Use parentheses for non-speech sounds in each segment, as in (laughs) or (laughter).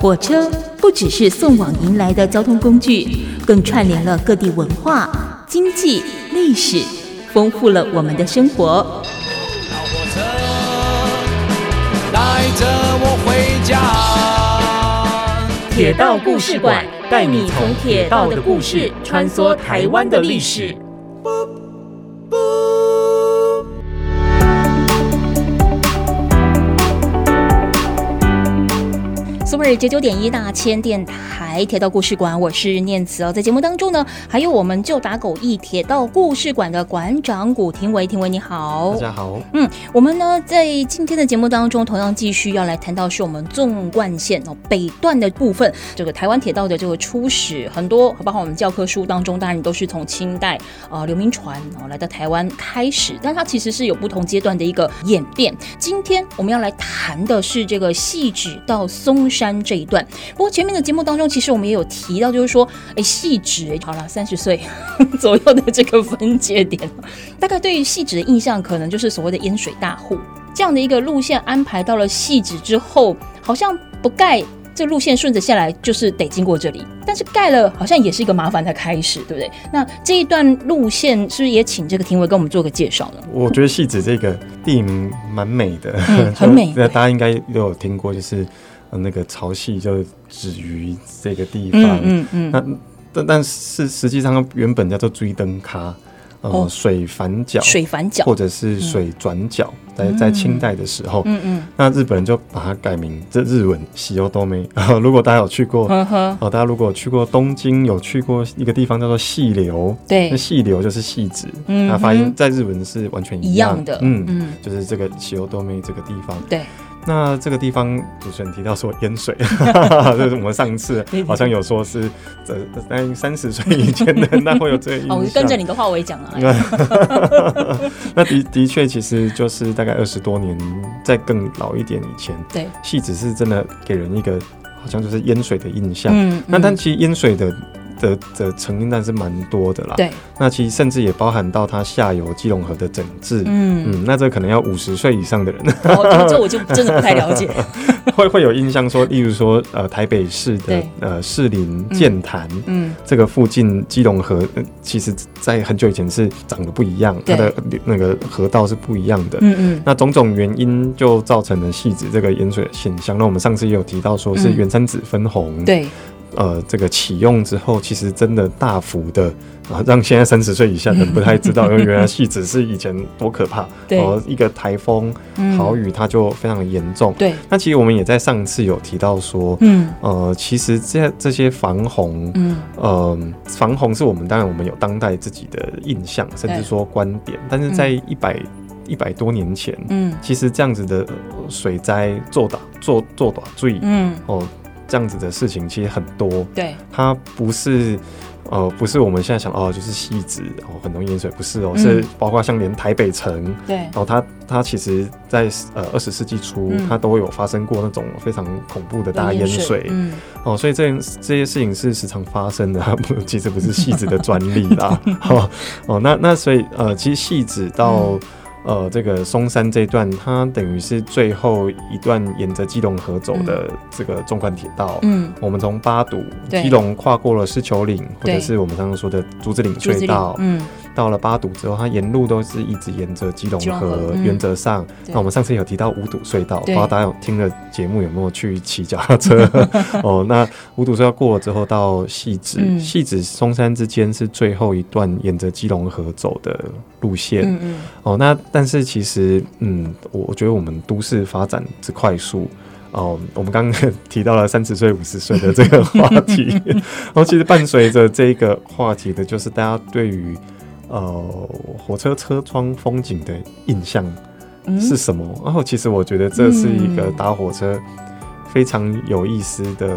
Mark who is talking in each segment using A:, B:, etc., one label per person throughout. A: 火车不只是送往迎来的交通工具，更串联了各地文化、经济、历史，丰富了我们的生活。
B: 老火车带着我回家。
C: 铁道故事馆带你从铁道的故事穿梭台湾的历史。
A: 苏美尔九九点一大千电台铁道故事馆，我是念慈哦。在节目当中呢，还有我们就打狗一铁道故事馆的馆长古廷维，廷维你好，
D: 大家好，
A: 嗯，我们呢在今天的节目当中，同样继续要来谈到是我们纵贯线哦北段的部分，这个台湾铁道的这个初始，很多包括我们教科书当中，当然都是从清代呃刘铭传哦来到台湾开始，但它其实是有不同阶段的一个演变。今天我们要来谈的是这个细指到松山这一段，不过前面的节目当中，其实我们也有提到，就是说，哎，细指好了，三十岁 (laughs) 左右的这个分界点，大概对于细指的印象，可能就是所谓的淹水大户这样的一个路线安排到了细指之后，好像不盖这路线顺着下来就是得经过这里，但是盖了好像也是一个麻烦的开始，对不对？那这一段路线是不是也请这个庭委跟我们做个介绍呢？
D: 我觉得戏子这个地名蛮美的，
A: 嗯
D: 就
A: 很美
D: 那 (laughs) 大家应该都有听过，就是呃那个潮汐就止于这个地方。
A: 嗯嗯嗯，
D: 那但但是实际上它原本叫做追灯咖，呃，
A: 哦
D: 水反角，
A: 水反角
D: 或，者是水转角，在在清代的时候，
A: 嗯嗯，
D: 那日本人就把它改名，这日文西欧多美。 (laughs) 如果大家有去过，
A: 呵呵，
D: 哦，大家如果去过东京，有去过一个地方叫做细流，
A: 对
D: 那细流就是细子，
A: 嗯哼
D: 那发音在日文是完全
A: 一
D: 样
A: 样的，
D: 嗯
A: 嗯，
D: 就是这个西欧多美这个地方。
A: 对，
D: 那这个地方主持人提到说淹水， (laughs) 就是我们上次
A: 对对
D: 好像有说是，呃，在三十岁以前的那会有这个印
A: (laughs) 哦，
D: 象。
A: 我跟着你的话我也讲了，哎
D: 那的的确，其实就是大概二十多年，在更老一点以前，
A: 对，
D: 戏子是真的给人一个好像就是淹水的印象。
A: 嗯，
D: 那
A: 嗯
D: 但其实淹水的的的成因但是蛮多的啦。，
A: 对，
D: 那其实甚至也包含到它下游基隆河的整治。
A: 嗯，
D: 嗯，那这可能要五十岁以上的人 (laughs)
A: 哦，这这我就真的不太了解。
D: 会会有印象说，例如说，呃，台北市的
A: 对
D: 呃士林剑潭、
A: 嗯，
D: 这个附近，基隆河、呃其实在很久以前是长得不一样，它
A: 对
D: 的呃那个河道是不一样的。
A: 嗯嗯，
D: 那种种原因就造成了戏子这个淹水的现象。那我们上次也有提到，说是
A: 嗯
D: 原山子分红，
A: 对，
D: 呃这个启用之后，其实真的大幅的啊，让现在三十岁以下的人不太知道，因为原来戏子是以前多可怕，
A: (laughs) 对
D: 呃一个台风、
A: 嗯
D: 豪雨它就非常的严重。
A: 对，
D: 那其实我们也在上次有提到说，
A: 嗯
D: 呃，其实这这些防洪，
A: 嗯，
D: 呃，防洪是我们当然我们有当代自己的印象，甚
A: 对
D: 至说观点，但是在一百一百多年前，
A: 嗯
D: 其实这样子的呃水灾做打做做打罪
A: 嗯，
D: 哦，这样子的事情其实很多，
A: 对，
D: 它不是呃不是我们现在想哦，就是细致哦，很容易淹水，不是哦，
A: 嗯
D: 是包括像连台北城。
A: 对，
D: 哦，它它其实在，呃二十世纪初，
A: 嗯
D: 它都有发生过那种非常恐怖的大淹水
A: 嗯，
D: 哦，所以这这些事情是时常发生的， (laughs) 它不其实不是戏子的专利啦。哦哦，那那所以呃，其实戏子到、呃这个松山这一段，它等于是最后一段沿着基隆河走的这个纵贯铁道。
A: 嗯，
D: 我们从八堵、
A: 对
D: 基隆跨过了狮球岭，或
A: 对
D: 者是我们刚刚说的竹子岭
A: 竹子
D: 隧
A: 岭
D: 道，
A: 嗯，
D: 到了八堵之后，它沿路都是一直沿着基隆
A: 基隆河
D: 河，
A: 嗯
D: 原则上，
A: 对
D: 那我们上次有提到五堵隧道，不
A: 对
D: 知道大家有听了节目有没有去骑脚
A: (laughs)
D: 踏车？哦，那五堵隧道过了之后到戏
A: 嗯
D: 子，戏、子松山之间是最后一段沿着基隆河走的路线。
A: 嗯嗯，
D: 哦，那但是其实，嗯，我我觉得我们都市发展之快速。哦，我们刚 (laughs) 刚提到了三十岁、五十岁的这个话
A: (laughs)
D: 题，然后其实伴随着这个话题的，就是大家对于呃火车车窗风景的印象
A: 嗯
D: 是什么？然后其实我觉得这是一个
A: 嗯
D: 搭火车非常有意思的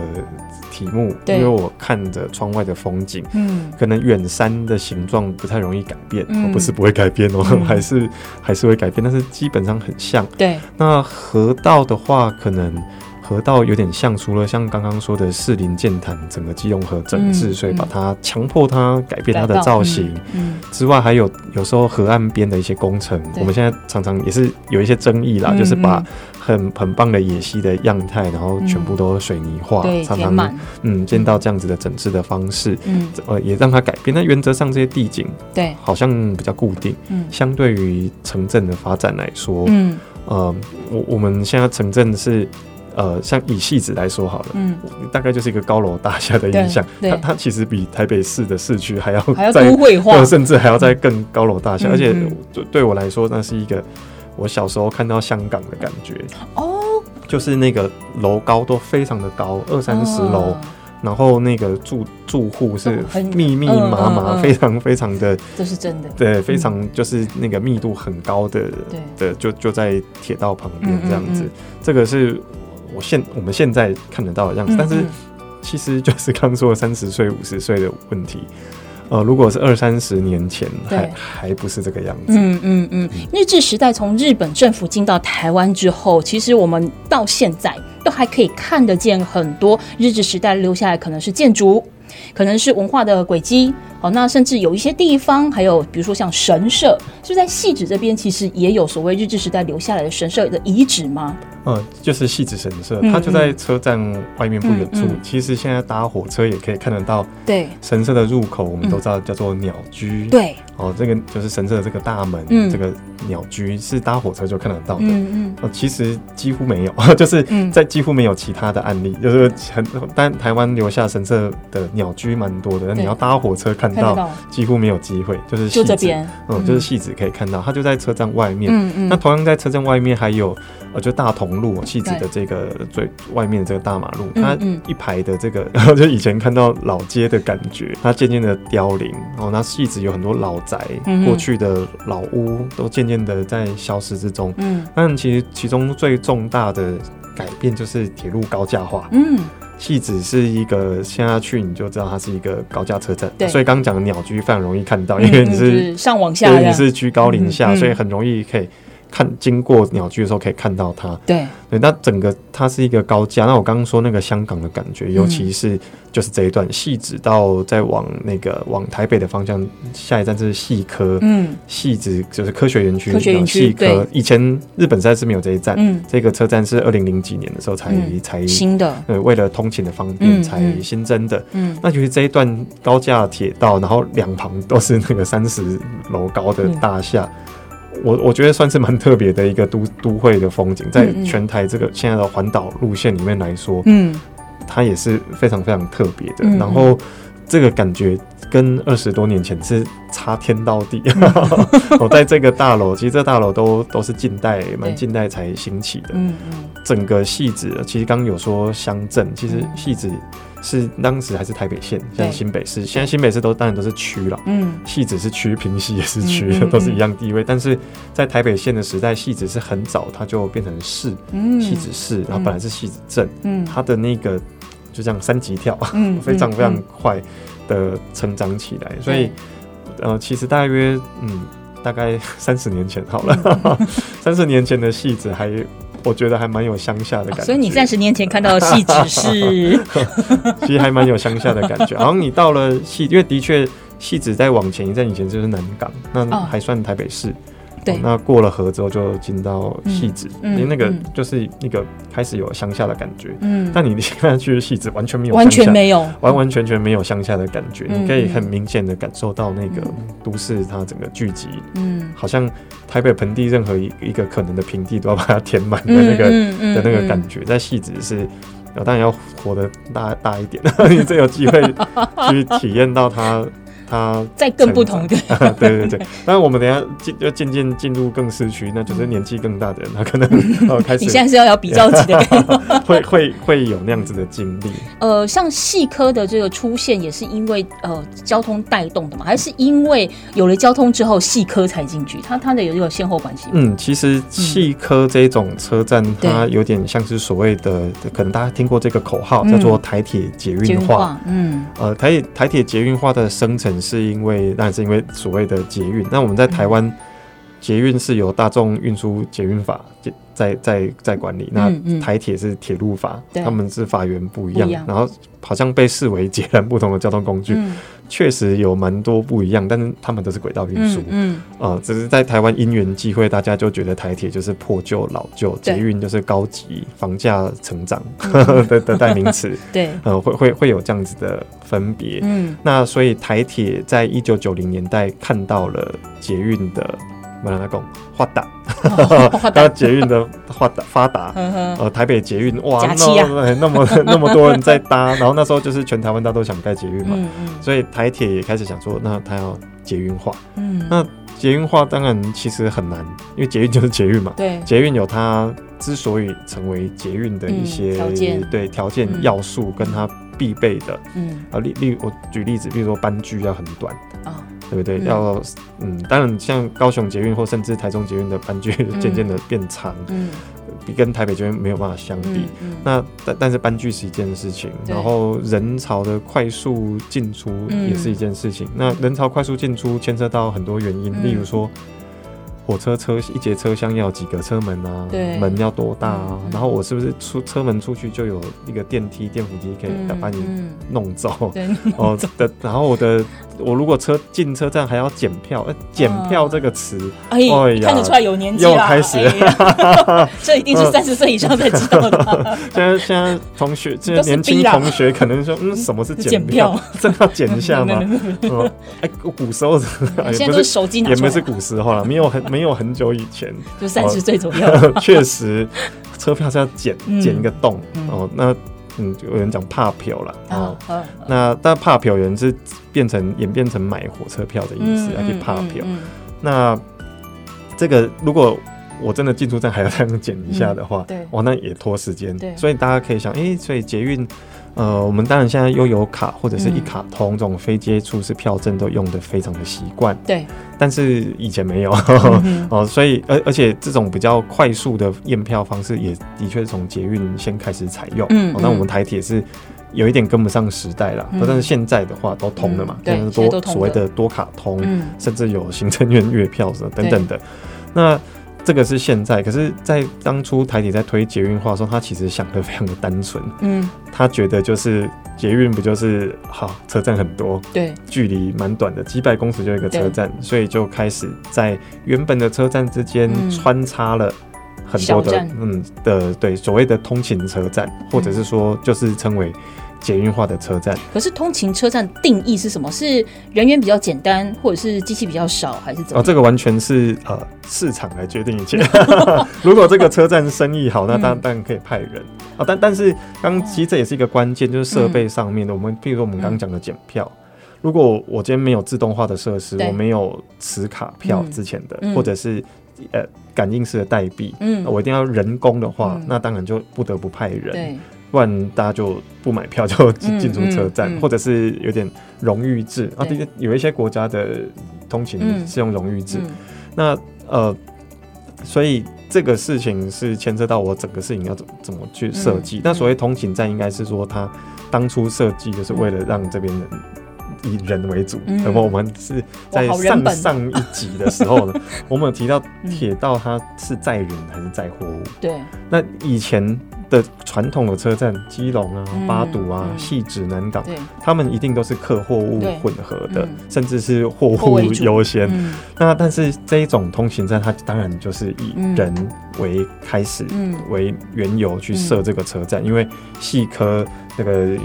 D: 题目，
A: 对
D: 因为我看着窗外的风景，
A: 嗯，
D: 可能远山的形状不太容易改变，
A: 嗯
D: 哦不是不会改变哦，
A: 嗯
D: (laughs) 还是还是会改变，但是基本上很像。
A: 对，
D: 那河道的话，可能河道有点像，除了像刚刚说的士林剑潭整个基隆河整治，
A: 嗯
D: 所以
A: 嗯
D: 把它强迫它改变它
A: 改
D: 的
A: 道
D: 造型。
A: 嗯，
D: 之外，还有有时候河岸边的一些工程，
A: 对
D: 我们现在常常也是有一些争议啦，
A: 嗯
D: 就是把很很棒的野溪的样态，然后全部都水泥化，
A: 对，
D: 常
A: 填
D: 常
A: 满，
D: 嗯见到这样子的整治的方式，
A: 嗯，
D: 呃，也让它改变。那原则上这些地景
A: 对，
D: 好像比较固定，
A: 嗯
D: 相对于城镇的发展来说，
A: 嗯
D: 呃，我我们现在城镇是。呃，像以戏子来说好了，
A: 嗯，
D: 大概就是一个高楼大厦的
A: 对
D: 印象。
A: 对
D: 它它其实比台北市的市区还要
A: 还要
D: 再
A: 都会化
D: 对，，甚至还要再更高楼大厦，
A: 嗯
D: 而且
A: 嗯
D: 对对我来说，那是一个我小时候看到香港的感觉，
A: 哦，
D: 就是那个楼高都非常的高，二三十楼，
A: 哦，
D: 然后那个住住户是
A: 哦很
D: 密密麻
A: 嗯嗯
D: 麻，
A: 嗯
D: 非常非常的
A: 这是真的，
D: 对，非常就是那个密度很高的
A: 对
D: 的，就就在铁道旁边
A: 嗯嗯
D: 这样子
A: 嗯，
D: 这个是。我现我们现在看得到的样子，
A: 嗯
D: 但是
A: 嗯
D: 其实就是刚说三十岁、五十岁的问题。呃，如果是二三十年前，还
A: 对
D: 还不是这个样子。
A: 嗯嗯嗯，日治时代从日本政府进到台湾之后，其实我们到现在都还可以看得见很多日治时代留下来可能是建筑，可能是文化的轨迹。好，那甚至有一些地方，还有比如说像神社，是不是在细指这边其实也有所谓日治时代留下来的神社的遗址吗？
D: 呃，就是戏子神社，
A: 嗯
D: 它就在车站外面不远处。
A: 嗯嗯
D: 其实现在搭火车也可以看得到
A: 对
D: 神社的入口，我们
A: 嗯
D: 都知道叫做鸟居。，
A: 对，
D: 哦，这个就是神社的这个大门，
A: 嗯
D: 这个鸟居是搭火车就看得到的。
A: 嗯嗯
D: 呃，其实几乎没有， (laughs) 就是
A: 嗯
D: 在几乎没有其他的案例，就是很，但台湾留下神社的鸟居蛮多的，你要搭火车看
A: 看得
D: 到
A: 到，
D: 几乎没有机会，就是
A: 就
D: 戏
A: 这
D: 子
A: 边，
D: 嗯，就是戏子可以看到，它就在车站外面。
A: 嗯嗯
D: 那同样在车站外面还有，呃，就大同路戏子
A: 对
D: 的这个最外面的这个大马路，
A: 嗯
D: 它
A: 嗯
D: 一排的这个， (laughs) 然后就以前看到老街的感觉，它渐渐的凋零，哦，那戏子有很多老宅
A: 嗯，
D: 过去的老屋都渐渐的在消失之中。
A: 嗯
D: 但其实其中最重大的改变就是铁路高架化。
A: 嗯，
D: 戏子是一个现在去你就知道它是一个高架车站
A: 对，
D: 所以刚讲的鸟居非常容易看到，因为你
A: 嗯
D: 是
A: 就是上往
D: 因
A: 下
D: 为
A: 的
D: 你，是居高临下，
A: 嗯嗯
D: 所以很容易可以看经过鸟居的时候可以看到它。
A: 对
D: 对，那整个它是一个高架。那我刚刚说那个香港的感觉，尤其是就是这一段细指到再往那个往台北的方向，下一站是细科，
A: 嗯
D: 细指就是科学园区，
A: 科学园区
D: 细科
A: 对。
D: 以前日本赛是没有这一站，
A: 嗯，
D: 这个车站是二零零几年的时候才、
A: 嗯
D: 才
A: 新的，
D: 呃为了通勤的方
A: 嗯
D: 便才
A: 嗯
D: 新增的。
A: 嗯。
D: 那就是这一段高架铁道，然后两旁都是那个三十楼高
A: 嗯
D: 的大厦，我我觉得算是蛮特别的一个都都会的风景，在
A: 嗯嗯
D: 全台这个现在的环岛路线里面来说，
A: 嗯，
D: 它也是非常非常特别的。
A: 嗯嗯
D: 然后这个感觉跟二十多年前是差天到地。 (laughs) 我在这个大楼，其实这大楼都都是近代蛮
A: 嗯对
D: 近代才兴起的。
A: 嗯嗯，
D: 整个戏子，其实刚刚有说乡镇，其实
A: 嗯
D: 戏子是当时还是台北县，现在新北市，现在新北市都当然都是区了。
A: 嗯
D: 戏子是区，平溪也是区
A: 嗯嗯嗯，
D: 都是一样地位。但是在台北县的时代，戏子是很早，它就变成市，
A: 嗯，
D: 戏子市，然后本来是戏子镇，
A: 嗯，
D: 它的那个就这样三级跳，
A: 嗯，
D: 非常非常
A: 嗯
D: 快的成长起来。所以，呃，其实大约嗯，大概三十年前好
A: 嗯
D: 了， (laughs) 三十年前的戏子还我觉得还蛮有乡下的
A: 哦
D: 感觉，
A: 所以你三十年前看到的戏只是
D: 其实还蛮有乡下的感
A: (laughs)
D: 觉。然后你到了戏，因为的确戏子再往前一站以前就是南港，那
A: 哦
D: 还算台北市。
A: 对
D: 哦那过了河之后就进到戏子，
A: 嗯嗯
D: 因为那个
A: 嗯
D: 就是一个开始有乡下的感觉。
A: 嗯，
D: 但你现在去戏子完全没有乡下，
A: 完全没有，
D: 完完全全没有乡下的感觉，
A: 嗯
D: 你可以很明显的感受到那个
A: 嗯
D: 都市它整个聚集，
A: 嗯，
D: 好像台北盆地任何一一个可能的平地都要把它填满的
A: 嗯
D: 那个、
A: 嗯嗯
D: 的那个感觉，在戏子是。呃当然要活得大大一点， (laughs) 你这有机会去体验到它，它
A: 在更不同的，
D: (laughs) 对对对。但是我们等一下进就渐渐进入更市区，那就是年纪更大的人，他可
A: (laughs)
D: 能呃开始
A: 你现在是要要比较级的感觉。
D: 会会会有那样子的经历。
A: 呃，像细科的这个出现，也是因为呃交通带动的嘛，还是因为有了交通之后，细科才进去？它它的有这个先后关系吗。
D: 嗯，其实汽科这种车站，
A: 对
D: 它有点像是所谓的，可能大家听过这个口号，
A: 嗯
D: 叫做台铁
A: 捷
D: 捷运
A: 运
D: 化。
A: 化，嗯
D: 呃，台铁台铁捷运化的生成是因为，当然是因为所谓的捷运。那我们在台湾，
A: 嗯
D: 捷运是由大众运输捷运法在在在在管理，那
A: 嗯嗯
D: 台铁是铁路法，
A: 对
D: 他们是法源不一样，
A: 不一样
D: 然后好像被视为截然不同的交通工具。
A: 嗯
D: 确实有蛮多不一样，但是他们都是轨道运输
A: 嗯嗯，
D: 啊、只是在台湾因缘际会，大家就觉得台铁就是破旧老旧，
A: 对嗯
D: 捷运就是高级，房价成长 (laughs) 的的代名词，
A: 对，
D: 呃，会会会有这样子的分别。
A: 嗯
D: 那所以台铁在一九九零年代看到了捷运的，我跟他讲发达，
A: 哦发达
D: 那捷运的发达发达。
A: 呵呵，
D: 呃，台北捷运哇，
A: 假期啊
D: 那那么那么多人在搭，然后那时候就是全台湾大家都想盖捷运嘛，
A: 嗯嗯
D: 所以台铁也开始想说，那它要捷运化。
A: 嗯，
D: 那捷运化当然其实很难，因为捷运就是捷运嘛。
A: 对，
D: 捷运有它之所以成为捷运的一些、
A: 嗯条件
D: 对条件
A: 嗯
D: 要素，跟它必备的
A: 嗯
D: 啊，例例我举例子，比如说班距要很短，
A: 啊，
D: 对不对？
A: 嗯
D: 要嗯，当然像高雄捷运或甚至台中捷运的班距 (laughs) 渐渐的变长，
A: 嗯
D: 比跟台北捷运没有办法相比。
A: 嗯嗯，
D: 那但但是班距是一件事情，
A: 对
D: 然后人潮的快速进出
A: 嗯
D: 也是一件事情。那人潮快速进出牵涉到很多原因，
A: 嗯
D: 例如说火车车一节车厢要有几个车门啊
A: 对，
D: 门要多大啊
A: 嗯，嗯
D: 然后我是不是出车门出去就有一个电梯、电扶梯可以
A: 嗯
D: 把你
A: 嗯
D: 弄走？ (laughs)
A: 对， (laughs)
D: 哦的，然后我的我如果车进车站还要检票，呃，检票这个词、
A: 哎
D: 哎呀
A: 看得出来有年纪了，
D: 又开始嗯
A: 哎呀 (laughs) 这一定是三十岁以
D: (laughs)
A: 上才知道的。
D: 现在现在同学，现在
A: 都是
D: 年轻
A: 逼啦
D: 同学可能
A: (laughs)
D: 说，嗯，什么是检
A: 检票？
D: 真的要检
A: (laughs)
D: 一下吗
A: 没？有？没有没有
D: 嗯，哎、古时候是 (laughs) 哎
A: 现在
D: 不
A: 都是
D: 是
A: 手机拿
D: 也
A: 出
D: 不
A: 来
D: 是哦
A: 嘛，
D: 古时候
A: (laughs)
D: 了，没有很没有很久以前，
A: 就三十岁左右。
D: 确实车票是要检
A: 嗯
D: 检一个洞、
A: 嗯
D: 哦。那嗯，有人讲怕票了 (laughs) 哦。
A: 啊，啊
D: 那但怕票有人是变成演变成买火车票的意思，
A: 嗯
D: 要去
A: 嗯
D: 怕票。
A: 嗯
D: 那这个如果我真的进出站还要这样检一下的话，
A: 嗯对
D: 哇，那也拖时间。
A: 对
D: 所以大家可以想，诶，所以捷运，呃，我们当然现在悠游卡或者是一卡通、这种非接触式票证都用的非常的习惯， (laughs)
A: 对，
D: 但是以前没有。
A: 嗯
D: (laughs) 哦，所以而而且这种比较快速的验票方式，也的确是从捷运先开始采用。
A: 嗯
D: 哦，那
A: 嗯
D: 我们台铁是有一点跟不上时代啦，
A: 嗯
D: 但是现在的话都通了嘛
A: 嗯，对
D: 就是
A: 现在都
D: 多
A: 通
D: 所谓
A: 了
D: 的多卡通，
A: 嗯
D: 甚至有行政院月票什么等等的。那这个是现在，可是，在当初台铁在推捷运化的时候，他其实想的非常的单纯，
A: 嗯，
D: 他觉得就是捷运不就是好车站很多，
A: 对，
D: 距离蛮短的，几百公尺就有一个车站，所以就开始在原本的车站之间
A: 嗯
D: 穿插了。很多
A: 小
D: 的
A: 站
D: 嗯的对所谓的通勤车站，或者是说就是称为捷运化的车站，
A: 可是通勤车站定义是什么？是人员比较简单，或者是机器比较少，还是怎么
D: 哦，
A: 样？
D: 这个完全是呃市场来决定一切。
A: (laughs)
D: 如果这个车站生意好，那当
A: 嗯
D: 当然可以派人啊、但但是刚其实这也是一个关键，就是设备上
A: 嗯
D: 面的。我们比如说我们刚刚讲的检票，如果我今天没有自动化的设施
A: 对，
D: 我没有磁卡票
A: 嗯
D: 之前的，
A: 嗯
D: 或者是呃感应式的代币。
A: 嗯
D: 我一定要人工的话，
A: 嗯
D: 那当然就不得不派人，
A: 对，
D: 不然大家就不买票 (laughs) 就进
A: 嗯
D: 进出车站，
A: 嗯嗯
D: 或者是有点荣誉制啊。
A: 对
D: 这些有一些国家的通
A: 嗯
D: 勤是用荣誉制，
A: 嗯
D: 那呃，所以这个事情是牵涉到我整个事情要怎么怎么去设计。
A: 嗯
D: 那所谓通勤站，应该是说它当初设计就是为了让这边人。以人为主，
A: 嗯
D: 然后我们是在
A: 哇好人
D: 上
A: 本啊嗯
D: 上一集的时候呢，
A: (laughs)
D: 我们有提到铁道它是载人还是载货物？
A: 对，
D: 那以前的传统的车站，基隆啊
A: 嗯、
D: 八堵啊、
A: 嗯
D: 汐止、南港，
A: 对，
D: 他们一定都是客货物
A: 对
D: 混合的
A: 嗯，
D: 甚至是货
A: 货
D: 物
A: 为主
D: 优先。
A: 嗯
D: 那但是这一种通行站，它当然就是以
A: 嗯
D: 人为开始、
A: 嗯
D: 为缘由去设这个车站，因为细科那个呃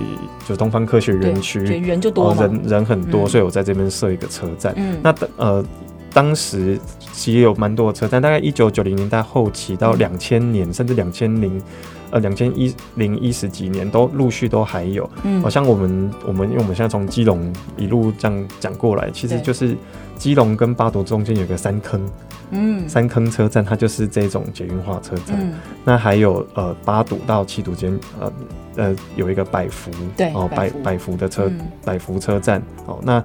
D: 就东方科学
A: 对，
D: 园
A: 所以
D: 区，
A: 人就多
D: 哦，
A: 嘛，
D: 人人很多，
A: 嗯
D: 所以我在这边设一个车站。
A: 嗯，
D: 那呃，当时其实有蛮多的车站，大概一九九零年代后期到
A: 嗯
D: 两千年，甚至两千零呃两千一零一十几年都陆续都还有。
A: 嗯
D: 好、像我们我们因为我们现在从基隆一路这样讲过来，其实
A: 对
D: 就是基隆跟八堵中间有个三坑，
A: 嗯
D: 三坑车站它就是这种捷运化车站。
A: 嗯
D: 那还有呃八堵到七堵间呃呃有一个百福
A: 对
D: 哦
A: 百
D: 百
A: 福
D: 百福的车、
A: 嗯
D: 百福车站哦那。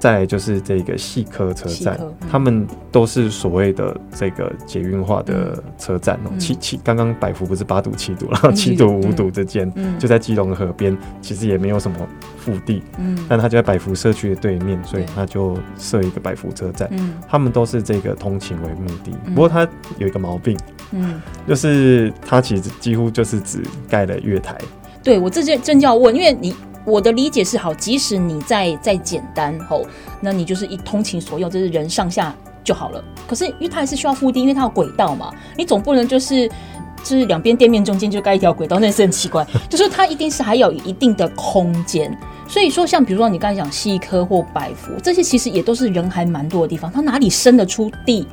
D: 再来就是这个细科车站
A: 细科嗯，
D: 呃他们都是所谓的这个捷运化的车站哦。
A: 嗯
D: 七七刚刚百福不是八堵七堵，然后七堵五堵之间，
A: 嗯
D: 就在基隆的河边，其实也没有什么腹地，
A: 嗯
D: 但它就在百福社区的对面，所以
A: 对
D: 它就设一个百福车站。
A: 嗯
D: 他们都是这个通勤为目的，
A: 嗯
D: 不过它有一个毛病，
A: 嗯，
D: 就是它其实几乎就是只盖了月台，
A: 对我这正正要问，因为你我的理解是好，即使你再再简单吼，那你就是一通勤所用，就是人上下就好了。可是因为它还是需要腹地，因为它有轨道嘛，你总不能就是。就是两边店面中间就盖一条轨道，那也是很奇怪。就是它一定是还有一定的空间，所以说像比如说你刚才讲西科或百福这些，其实也都是人还蛮多的地方，它哪里生得出地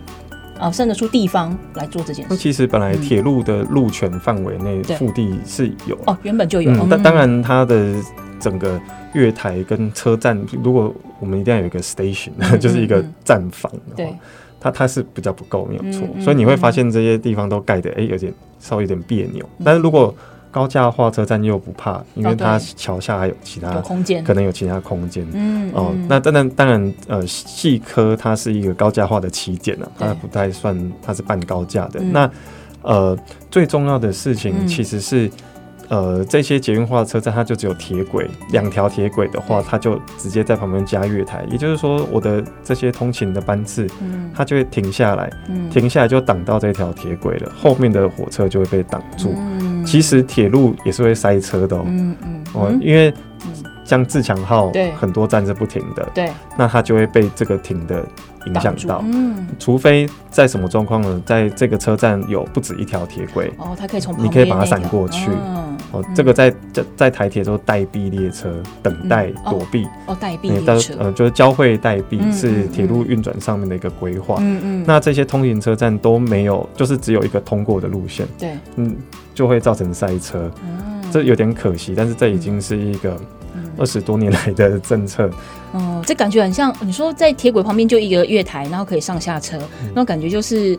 A: 啊、生得出地方来做这件
D: 那
A: 事？
D: 其实本来铁路的路权范围内
A: 嗯对
D: 腹地是有，
A: 哦，原本就有，
D: 嗯，但
A: 嗯
D: 当然它的整个月台跟车站，如果我们一定要有一个 station，、
A: 嗯
D: 就是一个站房的话
A: 对，，
D: 它它是比较不够，没有错。
A: 嗯嗯
D: 所以你会发现这些地方都盖的，哎、有点稍微有点别扭。但是如果高架化车站又不怕，因为
A: 嗯哦对
D: 它桥下还有其
A: 有
D: 他，
A: 空间，
D: 啊可能有其他空间。
A: 嗯
D: 哦
A: 嗯，
D: 那当然，当然，呃，细科它是一个高价化的起点啊，
A: 对
D: 它不太算，它是半高价的。
A: 嗯
D: 那呃，最重要的事情
A: 嗯
D: 其实是，呃，这些捷运化车站它就只有铁轨，两条铁轨的话，
A: 对
D: 它就直接在旁边加月台，也就是说，我的这些通勤的班次，
A: 嗯
D: 它就会停下来，
A: 嗯
D: 停下来就挡到这条铁轨了，后面的火车就会被挡住。
A: 嗯
D: 其实铁路也是会塞车的哦，
A: 嗯嗯
D: 哦，
A: 嗯
D: 因为像自强号
A: 对，
D: 很多站是不停的，
A: 对，
D: 那它就会被这个停的影响
A: 挡住
D: 到。
A: 嗯，
D: 除非在什么状况呢？在这个车站有不止一条铁轨
A: 哦，它可以从
D: 你
A: 旁
D: 可以
A: 边
D: 把它
A: 那
D: 闪
A: 条
D: 过去
A: 嗯
D: 哦，
A: 嗯
D: 这个在在在台铁都代避列车，等待躲避，
A: 哦代币
D: 嗯
A: 列车，
D: 呃就是交汇代避
A: 嗯
D: 是
A: 嗯
D: 铁路运转上面的一个规划。
A: 嗯嗯，
D: 那这些通行车站都没有，就是只有一个通过的路线，
A: 对，
D: 嗯，就会造成塞车，
A: 嗯
D: 这有呃点可惜。但是这已经是一个
A: 嗯
D: 二十多年来的政策，
A: 哦，这感觉很像你说在铁轨旁边就一个月台，然后可以上下车，
D: 嗯
A: 那种感觉就是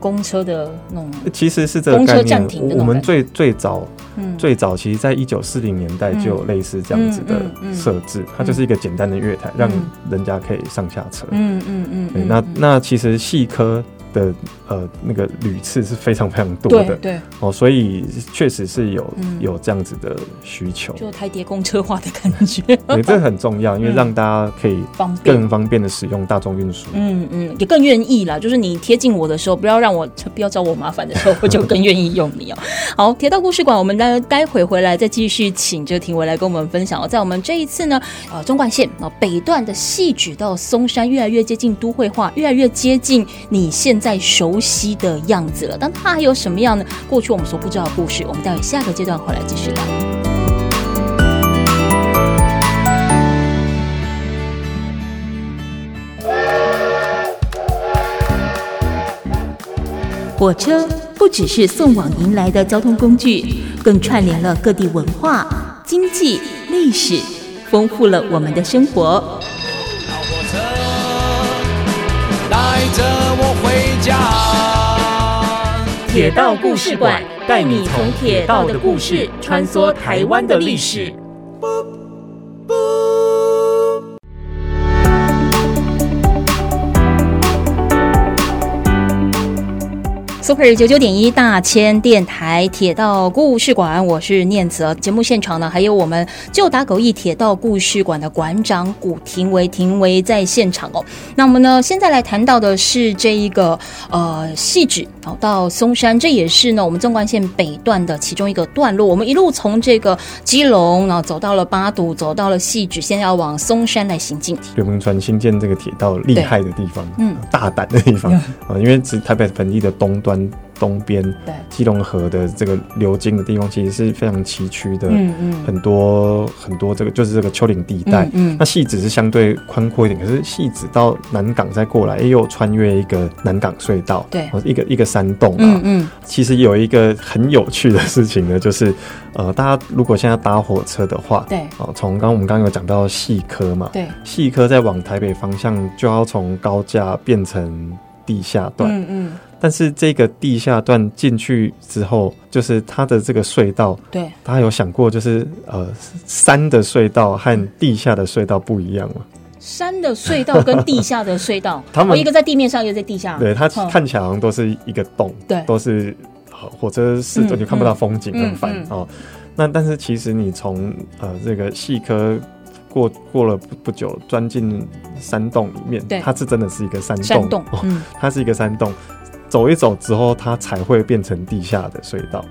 A: 公车的那种，
D: 其实是这个
A: 公车
D: 概
A: 暂
D: 念。
A: 停的那种
D: 我我们
A: 感觉
D: 最最早
A: 嗯，
D: 最早其实，在一九四零年代就有类似这样子的
A: 嗯嗯嗯
D: 设置，它就是一个简单的月台，让人家可以上下车。
A: 嗯嗯嗯
D: 对，
A: 嗯，
D: 那
A: 嗯
D: 那其实细科的呃那个屡次是非常非常多
A: 对
D: 的
A: 对，
D: 哦，所以确实是有
A: 嗯
D: 有这样子的需求，
A: 就台铁公车化的感觉， (laughs)
D: 对，这很重要，因为
A: 嗯
D: 让大家可以
A: 方便
D: 更。方便的使用大众运输。
A: 嗯嗯，也更愿意啦。就是你贴近我的时候，不要让我不要找我麻烦的时候，我就更愿意用你哦。好，铁道故事馆，我们待待会回来再继续请这个庭维来跟我们分享哦。在我们这一次呢，呃，中冠线哦北段的细指到松山，越来越接近都会化，越来越接近你现在熟悉的样子了。但它还有什么样呢？过去我们所不知道的故事，我们待会下个阶段回来继续聊。
E: 火车不只是送往迎来的交通工具，更串联了各地文化、经济、历史，丰富了我们的生活。
B: 老火车带着我回家。
C: 铁道故事馆带你从铁道的故事穿梭台湾的历史。
A: Super 九九点一大千电台铁道故事馆，我是念慈。节目现场呢，还有我们旧打狗义铁道故事馆的馆长古廷维，廷维在现场哦。那我们呢，现在来谈到的是这一个呃细指哦到松山，这也是呢我们纵贯线北段的其中一个段落。我们一路从这个基隆，然后走到了八堵，走到了细指，现在要往松山来行进。
D: 柳明船新建这个铁道厉害的地方，
A: 嗯，
D: 大胆的地方啊、因为其实台北盆地的东端、东边，
A: 对
D: 基隆河的这个流经的地方，其实是非常崎岖的，
A: 嗯嗯
D: 很多很多这个就是这个丘陵地带。
A: 嗯嗯
D: 那细子是相对宽阔一点，可是细子到南港再过来，又穿越一个南港隧道，
A: 对
D: 哦一个一个山洞啊，
A: 嗯嗯，
D: 其实有一个很有趣的事情呢，就是呃，大家如果现在搭火车的话，
A: 对
D: 哦，从刚刚我们刚刚有讲到细科嘛，
A: 对，
D: 细科在往台北方向就要从高架变成地下段，
A: 嗯嗯
D: 但是这个地下段进去之后，就是它的这个隧道，
A: 对，
D: 大家有想过就是呃山的隧道和地下的隧道不一样吗？
A: 山的隧道跟地下的隧道
D: (laughs) ，他们
A: 哦一个在地面上，一个在地下。
D: 对，它
A: 嗯
D: 看起来好像都是一个洞，
A: 对
D: 都是好火车是
A: 嗯
D: 你看不到风景，
A: 嗯
D: 很烦
A: 嗯
D: 哦。那但是其实你从呃这个细科过过了不不久，钻进山洞里面
A: 对，
D: 它是真的是一个山洞， (laughs)
A: 山洞
D: 哦，
A: 嗯
D: 它是一个山洞。走一走之后，它才会变成地下的隧道。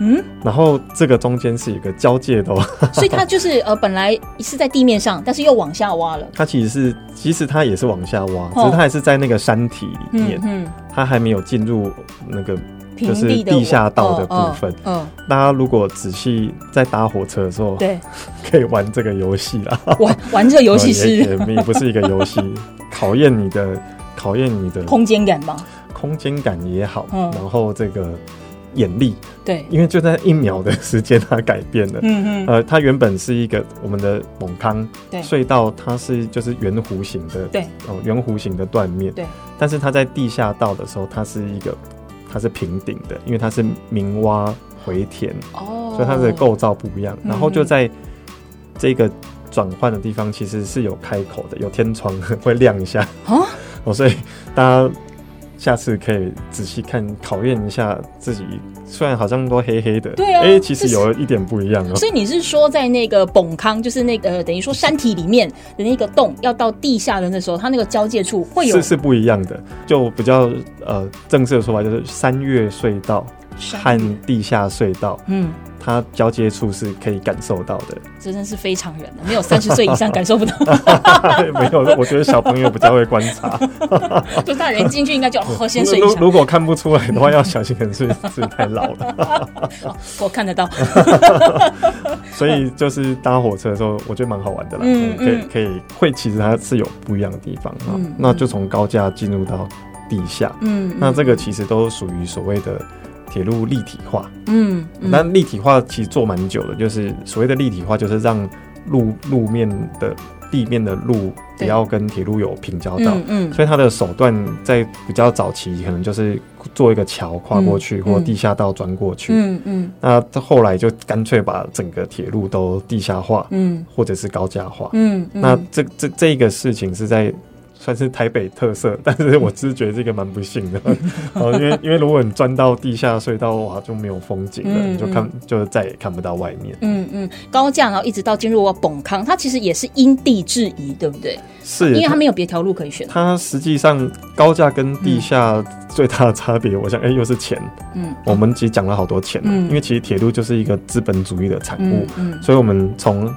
A: 嗯，
D: 然后这个中间是一个交界的、哦， (laughs)
A: 所以它就是呃，本来是在地面上，但是又往下挖了。
D: 它其实是其实它也是往下挖，只
A: 哦
D: 是它还是在那个山体里
A: 嗯
D: 面，
A: 嗯，
D: 它还没有进入那个。
A: 平
D: 就是
A: 地的
D: 地下道的
A: 我
D: 部分，
A: 嗯嗯，
D: 大家如果仔细在搭火车的时候，
A: 对，
D: (laughs) 可以玩这个游戏啦。
A: 玩玩这个 (laughs) 游戏
D: (laughs) 呃也
A: 是
D: 也也不是一个
A: (laughs)
D: 游戏，考验你的考验你的
A: 空间感吧？
D: 空间感也好，
A: 嗯
D: 然后这个眼力，
A: 对，
D: 因为就在一秒的时间它改变了。
A: 嗯嗯，
D: 呃，它原本是一个我们的蒙康
A: 对
D: 隧道，它是就是圆弧形的，
A: 对，
D: 哦、圆弧形的断面，
A: 对。
D: 但是它在地下道的时候，它是一个它是平顶的，因为它是明挖回填，
A: 哦，
D: 所以它的构造不一样。然后就
A: 嗯
D: 在这个转换的地方，其实是有开口的，有天窗会亮一下
A: 啊，
D: (laughs) 哦，所以大家下次可以仔细看，考验一下自己。虽然好像都黑黑的，
A: 对啊
D: 哎、其实有一点不一样哦。
A: 所以你是说，在那个崩康，就是那个、呃、等于说山体里面的那个洞，要到地下的那时候，它那个交界处会有
D: 是是不一样的，就比较呃正式的说法就是三月隧道
A: 山
D: 和地下隧道，
A: 嗯，
D: 它交接处是可以感受到的。
A: 这真是非常人的，没有三十岁以上感受不到，
D: (laughs) 没有，我觉得小朋友比较会观
A: (laughs)
D: 察。
A: 就大人进去应该就哦喝先
D: 如
A: 水一
D: 如
A: 下，
D: 如果看不出来的话，要小心，可能是是太老
A: (laughs)
D: 了。
A: 我看
D: (laughs)
A: 得到，
D: 所以就是搭火车的时候，我觉得蛮好玩的啦。
A: 嗯
D: 可以
A: 嗯
D: 可以会，其实它是有不一样的地方啊。
A: 嗯
D: 那就从高架进入到地下，
A: 嗯，
D: 那这个其实都属于所谓的铁路立体化。
A: 嗯，嗯
D: 那立体化其实做蛮久的，就是所谓的立体化，就是让路路面的地面的路不
A: 对
D: 要跟铁路有平交道。
A: 嗯嗯
D: 所以它的手段在比较早期，可能就是做一个桥跨过去，
A: 嗯
D: 或地下道钻过去。
A: 嗯嗯
D: 那后来就干脆把整个铁路都地下化，
A: 嗯
D: 或者是高架化。
A: 嗯，嗯
D: 那这这这个事情是在算是台北特色，但是我只是觉得这个蛮不
A: (laughs)
D: 幸的，哦，因为因为如果你钻到地下隧道，哇，就没有风景了，
A: 嗯
D: 你就看就再也看不到外面。
A: 嗯嗯，高架然后一直到进入到崩康，它其实也是因地制宜，对不对？
D: 是，
A: 因为它没有别条路可以选。
D: 它实际上高架跟地下最大的差别，我想，哎、又是钱。
A: 嗯
D: 我们其实讲了好多钱、啊，
A: 嗯
D: 因为其实铁路就是一个资本主义的产物
A: 嗯，嗯
D: 所以我们从。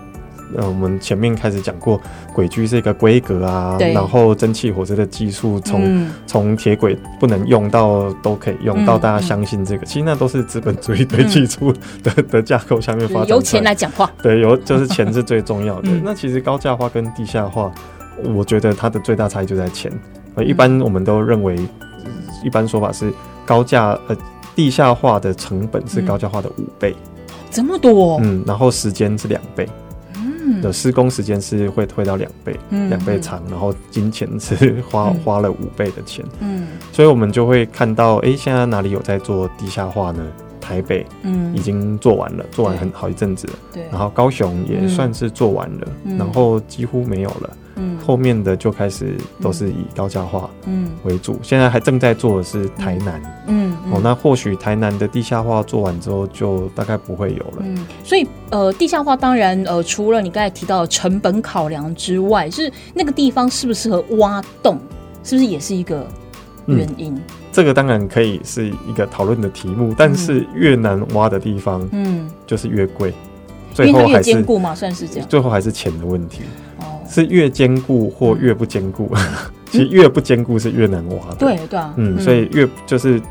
D: 呃，我们前面开始讲过，轨距是一个规格啊，
A: 对
D: 然后蒸汽火车的技术从
A: 嗯
D: 从铁轨不能用到都可以用到，
A: 嗯
D: 大家
A: 嗯
D: 相信这个，其实那都是资本主义堆积出的 (laughs) 的架构下面发展。
A: 嗯由钱来，讲话。。
D: 对，由就是钱是最重要
A: (laughs)
D: 的
A: 嗯
D: 那其实高价化跟地下化，我觉得它的最大差异就在钱。呃，
A: 嗯
D: 一般我们都认为，呃一般说法是高价呃地下化的成本
A: 嗯
D: 是高价化的五倍，
A: 这么多，
D: 嗯，然后时间是两倍，嗯，的施工时间是会推到两倍，
A: 嗯
D: 两倍长，然后金钱是花
A: 嗯
D: 花了五倍的钱，
A: 嗯
D: 所以我们就会看到，诶，现在哪里有在做地下化呢？台北
A: 嗯
D: 已，经做完了，做完很好一阵子了。
A: 对，
D: 然后高雄也算是做完了，
A: 嗯
D: 然后几乎没有了，
A: 嗯
D: 后面的就开始都是以高价化
A: 嗯
D: 为主。现在还正在做的是台南、
A: 嗯嗯
D: 哦，那或许台南的地下化做完之后，就大概不会有了。
A: 嗯，所以呃，地下化当然呃，除了你刚才提到的成本考量之外，是那个地方适不适合挖洞，是不是也是一个
D: 嗯
A: 原因？
D: 这个当然可以是一个讨论的题目，但是越难挖的地方
A: 嗯，
D: 就是越贵，
A: 因
D: 最
A: 为它
D: 后
A: 越
D: 还
A: 坚
D: 是
A: 固嘛，算是这样。
D: 最后还是钱的问题，
A: 哦，
D: 是越坚
A: 嗯
D: 固或越不坚固。 (laughs) 其实越不坚固是越难挖的。
A: 对对啊，
D: 嗯，所以越就是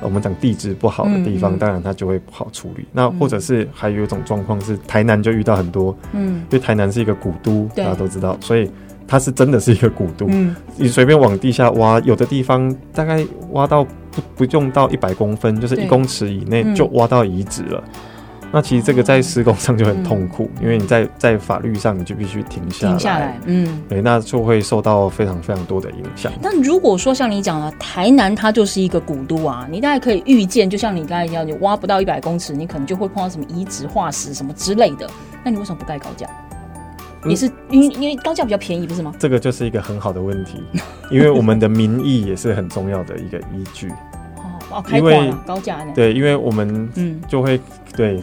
D: 呃我们讲地质不好的地方，
A: 嗯嗯
D: 当然它就会不好处理。那或者是还有一种状况是，台南就遇到很多，
A: 嗯
D: 因为台南是一个古都，
A: 对
D: 大家都知道，所以它是真的是一个古都。
A: 嗯
D: 你随便往地下挖，有的地方大概挖到不不用到一百公分，就是
A: 对
D: 一公尺以内
A: 嗯
D: 就挖到遗址了。那其实这个在施工上就很痛苦，因为你在在法律上你就必须停下
A: 嗯
D: 来，
A: 停下来，嗯。
D: 对，那就会受到非常非常多的影响。
A: 但如果说像你讲了，台南它就是一个古都啊，你大概可以预见，就像你刚才一样，你挖不到一百公尺，你可能就会碰到什么遗址、化石什么之类的。那你为什么不盖高架？
D: 嗯
A: 你是因为因为高架比较便宜，不是吗？
D: 这个就是一个很好的问题，因为我们的民意也是很重要的一个依据。
A: 哦，哦开
D: 因
A: 挂
D: 为
A: 了高架呢？
D: 对，因为我们
A: 嗯
D: 就会对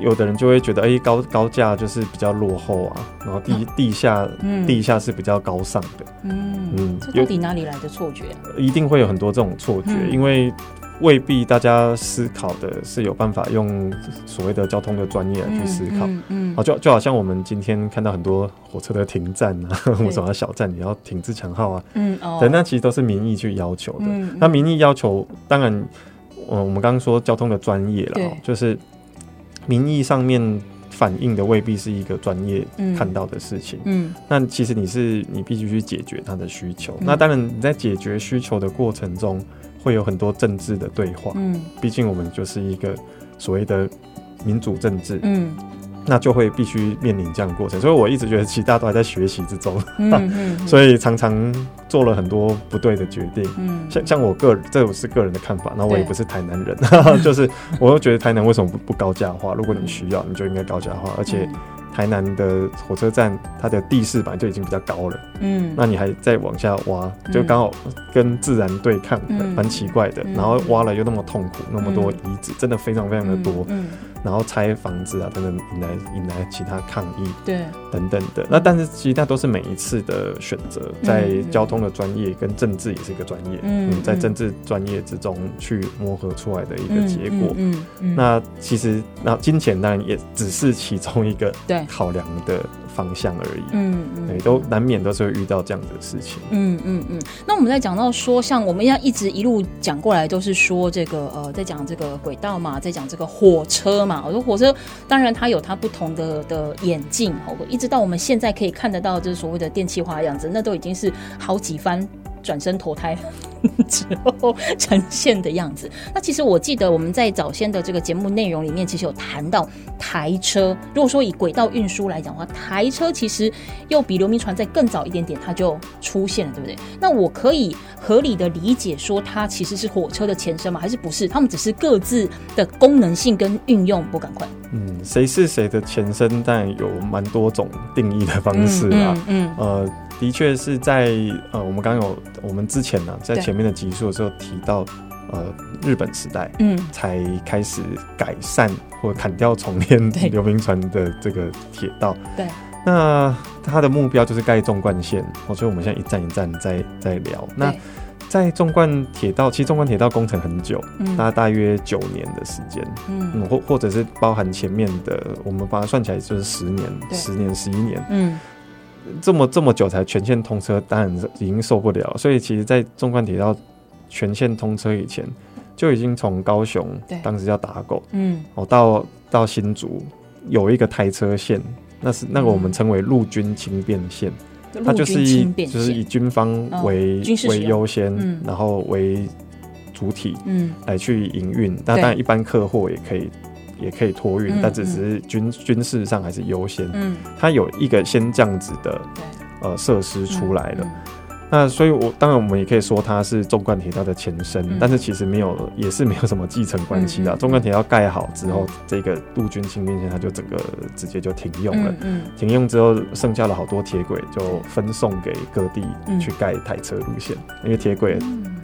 D: 有的人就会觉得，哎、高高架就是比较落后啊，然后地地下、
A: 嗯
D: 地下是比较高尚的，
A: 嗯
D: 嗯，
A: 这到底哪里来的错觉啊？
D: 一定会有很多这种错觉，
A: 嗯
D: 因为未必大家思考的是有办法用所谓的交通的专业来去思考。
A: 嗯嗯
D: 啊，就就好像我们今天看到很多火车的停站啊， (laughs) 我走到小站也要停自强号啊，
A: 嗯哦
D: 对，那其实都是民意去要求的。
A: 嗯
D: 那民意要求，当然，呃，我们刚刚说交通的专业了
A: 对
D: 哦，就是民意上面反映的未必是一个专业
A: 嗯
D: 看到的事情。
A: 嗯
D: 那其实你是你必须去解决他的需求。
A: 嗯
D: 那当然，你在解决需求的过程中，会有很多政治的对话。
A: 嗯
D: 毕竟我们就是一个所谓的民主政
A: 음,
D: 治，
A: 嗯
D: 那就会必须面临这样的过程。所以我一直觉得，其实大家都还在学习之中，
A: 嗯嗯，以
D: 所以常常做了很多不对的决定。
A: 嗯
D: 像像我个人，这我是个人的看法，那我也
A: 对
D: 不是台南人， (laughs) 就是我又觉得台南为什么不不高价化？如果你需
A: 嗯
D: 要，你就应该高价化。而且台南的火车站，它的地势本来就已经比较高了，
A: 嗯
D: 那你还再往下挖，
A: 嗯
D: 就刚好跟自然对抗的，
A: 嗯
D: 蛮奇怪的
A: 嗯。
D: 然后挖了又那么痛苦，那么多
A: 嗯
D: 遗址，真的非常非常的多。
A: 嗯
D: 然后拆房子啊等等，引来引来其他抗议
A: 对
D: 等等的。那但是其实那都是每一次的选择，在
A: 嗯
D: 交通的专业跟政治也是一个专业，
A: 嗯
D: 嗯，在
A: 嗯
D: 政治专业之中去磨合出来的
A: 음,
D: 一个结果。
A: 嗯嗯
D: 那其实，那金钱当然也只是其中一个
A: 对
D: 考量的方向而已。
A: 嗯嗯
D: 对，都难免都是会遇到这样子的事情。
A: 嗯嗯嗯，那我们在讲到说，像我们要一直一路讲过来，都是说这个呃，在讲这个轨道嘛，在讲这个火车嘛。我说火车，当然它有它不同的的演进哦，一直到我们现在可以看得到，就是所谓的电气化的样子，那都已经是好几番转身投胎之后呈现的样子。那其实我记得我们在早先的这个节目内容里面，其实有谈到台车。如果说以轨道运输来讲的话，台车其实又比流民船再更早一点点，它就出现了，对不对？那我可以合理的理解说，它其实是火车的前身吗？还是不是？它们只是各自的功能性跟运用不赶快
D: 嗯，谁是谁的前身，但有蛮多种定义的方式啊。
A: 嗯嗯
D: 呃，的确是在呃，我们刚有我们之前呢、在
A: 对
D: 前面的集数的时候提到，呃，日本时代
A: 嗯
D: 才开始改善或砍掉重练
A: 对
D: 流民船的这个铁道。
A: 对。
D: 那它的目标就是盖纵贯线，哦所以我们现在一站一站在在聊。那
A: 对
D: 在纵贯铁道，其实纵贯铁道工程很久，
A: 嗯
D: 那大约九年的时间，
A: 嗯
D: 嗯，或或者是包含前面的，我们把它算起来就是十年、
A: 对
D: 十年、十一年，
A: 嗯
D: 这么这么久才全线通车，当然是已经受不了。所以其实，在纵贯铁道全线通车以前，就已经从高雄
A: 对，
D: 当时叫打狗，
A: 嗯
D: 哦，到到新竹有一个台车线，那是那个我们称为陆军轻便线，
A: 嗯，
D: 它就是
A: 陆军
D: 以
A: 轻便
D: 就是
A: 线
D: 以军方
A: 哦
D: 为、
A: 军事使
D: 为
A: 用
D: 优先，
A: 嗯
D: 然后为主体，
A: 嗯
D: 来去营运。那当然，一般客货也可以，也可以托运
A: 嗯，
D: 但只是军军事上还是优先。
A: 嗯
D: 它有一个先这样子的
A: 对
D: 呃设施出来了。
A: 嗯
D: 那所以我，当然我们也可以说它是纵贯铁道的前身，
A: 嗯
D: 但是其实没有，也是没有什么继承关系的
A: 嗯
D: 啊。
A: 嗯
D: 纵贯铁道盖好之后，这个陆军轻便线它就整个直接就停用了。
A: 嗯嗯
D: 停用之后，剩下了好多铁轨就分送给各地
A: 嗯
D: 去盖台车路线，因为铁轨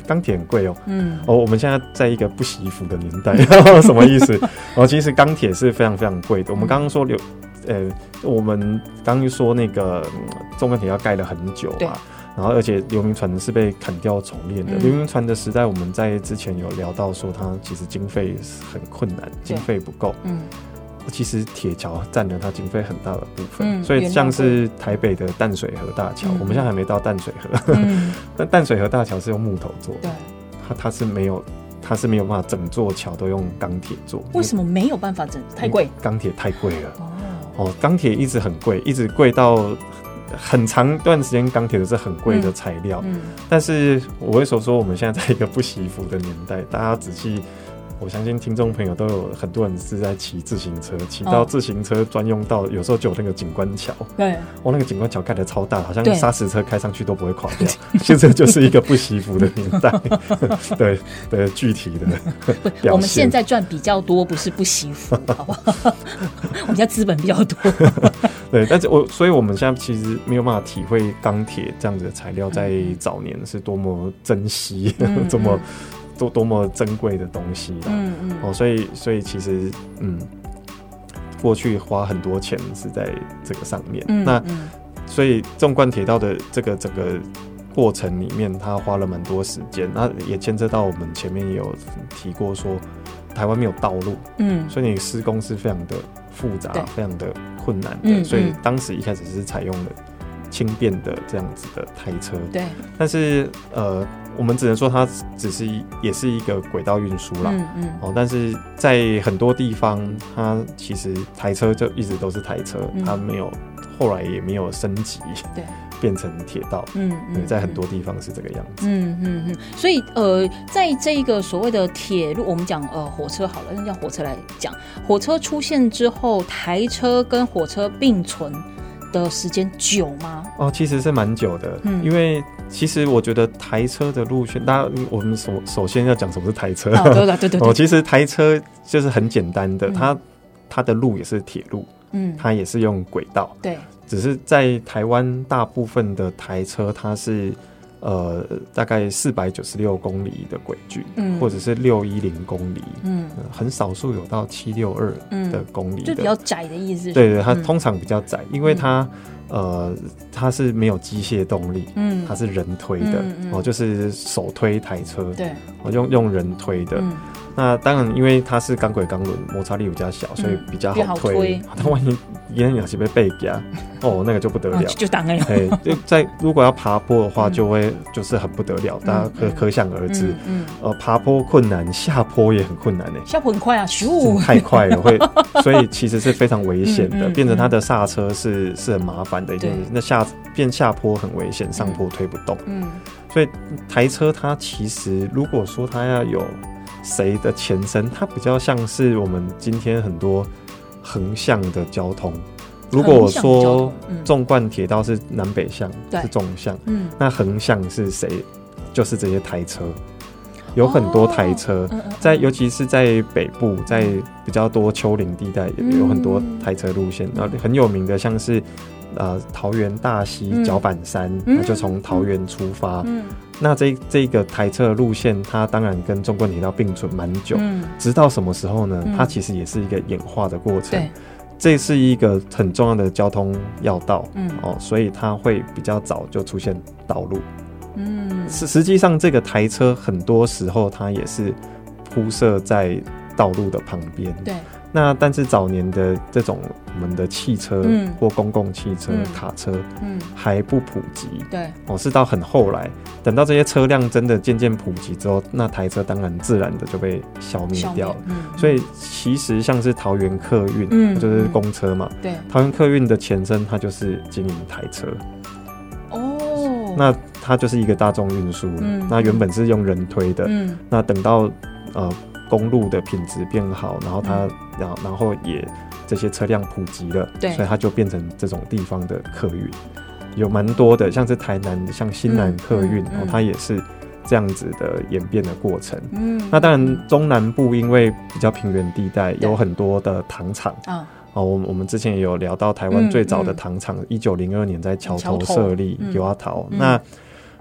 D: 钢铁很贵哦，
A: 嗯
D: 哦，我们现在在一个不洗衣服的年代， (laughs) 什么意
A: (laughs)
D: 思？哦，其实钢铁是非常非常贵的。
A: 嗯
D: 我们刚刚说流，呃，我们刚刚说那个嗯纵贯铁要盖了很久
A: 对
D: 啊，然后而且流民船是被砍掉重练的。
A: 嗯
D: 流民船的时代，我们在之前有聊到说，它其实经费是很困难，经费不够。
A: 嗯
D: 其实铁桥占了它经费很大的部分，
A: 嗯
D: 所以
A: 原
D: 像
A: 料
D: 是台北的淡水河大桥，
A: 嗯
D: 我们现在还没到淡水河， (laughs)
A: 嗯
D: 但淡水河大桥是用木头做的。
A: 对，
D: 它它是没有，它是没有办法整座桥都用钢铁做。
A: 为什
D: 么？
A: 么没有办法整？太贵
D: 钢铁太贵了。
A: 哦，
D: 哦，钢铁一直很贵，一直贵到很长一段时间，钢铁都是很贵的材料。
A: 嗯
D: 但是我为什么说我们现在在一个不惜福的年代？大家仔细。我相信听众朋友都有很多人是在骑自行车，骑到
A: 哦
D: 自行车专用道，有时候就有那个景观桥，
A: 对，
D: 哦，那个景观桥盖的超大，好像
A: 对
D: 砂石车开上去都不会垮
A: (laughs)
D: 掉。其实就是一个不惜福的年代， (laughs) 对对，具体的
A: 不，
D: 表
A: 我们
D: 现
A: 现在赚比较多，不是不惜
D: (laughs)
A: 福，好不好？ (laughs) 我们家资本比较多，
D: 对，但是我所以我们现在其实没有办法体会钢铁这样子的材料在早年是多么珍惜、 (laughs)
A: 嗯
D: 多么多多么珍贵的东西啦。哦
A: 嗯嗯，
D: 哦，所以所以其实嗯，过去花很多钱是在这个上面。
A: 嗯，
D: 那
A: 嗯
D: 所以纵贯铁道的这个整个过程里面，它花了蛮多时间，那也牵涉到我们前面也有提过说，台湾没有道路，
A: 嗯
D: 所以你施工是非常的复杂
A: 对、
D: 非常的困难的。
A: 嗯
D: 所以
A: 嗯
D: 当时一开始是采用了轻便的这样子的台车，
A: 对，
D: 但是呃，我们只能说它只是一也是一个轨道运输啦。
A: 嗯嗯
D: 哦，但是在很多地方，它其实台车就一直都是台车，
A: 嗯
D: 它没有后来也没有升级，
A: 对，
D: 变成铁道。
A: 嗯
D: 对，
A: 嗯，
D: 在很多地方是这个样子。
A: 嗯嗯嗯，所以呃，在这个所谓的铁路，我们讲呃火车好了，用火车来讲，火车出现之后，台车跟火车并存的时间久吗？
D: 哦，其实是蛮久的，
A: 嗯
D: 因为其实我觉得台车的路线，大家我们首首先要讲什么是台车。 (laughs)
A: 啊，对对对对
D: 哦，
A: 对，
D: 其实台车就是很简单的，
A: 嗯
D: 它它的路也是铁路，
A: 嗯，
D: 它也是用轨道，
A: 对，
D: 只是在台湾大部分的台车它是呃大概四百九十六公里的轨距，
A: 嗯
D: 或者是六一零公里，
A: 嗯
D: 呃很少数有到七六二的
A: 嗯，
D: 公里
A: 就
D: 的，
A: 比较窄的意思。
D: 对对，它
A: 嗯
D: 通常比较窄，因为
A: 嗯
D: 它呃它是没有机械动力，
A: 嗯
D: 它，是人推的
A: 嗯嗯
D: 哦，就是手推台车，
A: 对，
D: 哦，用用人推的。
A: 嗯
D: 那当然，因为它是钢轨钢轮，摩擦力比较小，所以比较
A: 嗯比较
D: 好
A: 好
D: 推
A: 推。
D: (laughs) 它万一一人两是被背夹，哦，那个就不得
A: 啊，
D: 了
A: 就。就当然有，
D: 哎、 (laughs) 就在如果要爬坡的话，
A: 嗯
D: 就会就是很不得了，大家可
A: 嗯
D: 可想而知
A: 嗯。嗯，
D: 呃，爬坡困难，下坡也很困难呢、
A: 效果很快啊，咻，
D: 真的太快了，
A: (laughs)
D: 会，所以其实是非常危险的，
A: 嗯嗯
D: 变成它的刹车是是很麻烦的一件事
A: 对。
D: 那下变下坡很危险，上坡推不动。
A: 嗯
D: 所以台车它其实如果说它要有谁的前身，它比较像是我们今天很多横向的交通。如果我
A: 横向的交
D: 说
A: 通嗯
D: 纵贯铁道是南北向，
A: 对
D: 是纵向，
A: 嗯
D: 那横向是谁？就是这些台车，有很多台车。
A: 嗯嗯，
D: 在尤其是在北部，在比较多丘陵地带，也有很多
A: 嗯
D: 台车路线。然后很有名的像是，呃，桃园大溪
A: 嗯
D: 脚板山，
A: 嗯
D: 那就从桃园出发，
A: 嗯
D: 那这这个台车的路线，它当然跟纵贯铁道并存蛮久，
A: 嗯，
D: 直到什么时候呢？
A: 嗯
D: 它其实也是一个演化的过程
A: 对。，
D: 这是一个很重要的交通要道，
A: 嗯
D: 哦，所以它会比较早就出现道路。
A: 嗯
D: 实实际上，这个台车很多时候它也是铺设在道路的旁边。
A: 对，
D: 那但是早年的这种我们的汽车、
A: 嗯
D: 或公共汽车、
A: 嗯
D: 卡车
A: 嗯
D: 还不普及，
A: 对，
D: 哦，是到很后来，等到这些车辆真的渐渐普及之后，那台车当然自然的就被消灭
A: 消灭
D: 掉了。，
A: 嗯
D: 所以其实像是桃园客运，
A: 嗯
D: 就是公车嘛，
A: 对，
D: 桃园客运的前身它就是经营台车，
A: 哦，
D: 那它就是一个大众运输，
A: 嗯
D: 那原本是用人推的，
A: 嗯
D: 那等到呃公路的品质变好，然后它
A: 嗯
D: 然后然后也这些车辆普及了，
A: 对
D: 所以它就变成这种地方的客运，有蛮多的，像是台南的像新南客运，
A: 嗯嗯
D: 然后
A: 嗯
D: 它也是这样子的演变的过程。
A: 嗯，
D: 那当然，中南部因为比较平原地带，
A: 对
D: 有很多的糖厂
A: 啊，
D: 哦。我们我们之前也有聊到台湾
A: 嗯
D: 最早的
A: 嗯
D: 糖厂，一九零二年在桥
A: 桥
D: 头
A: 头
D: 设立
A: 嗯
D: 有阿桃。
A: 嗯
D: 那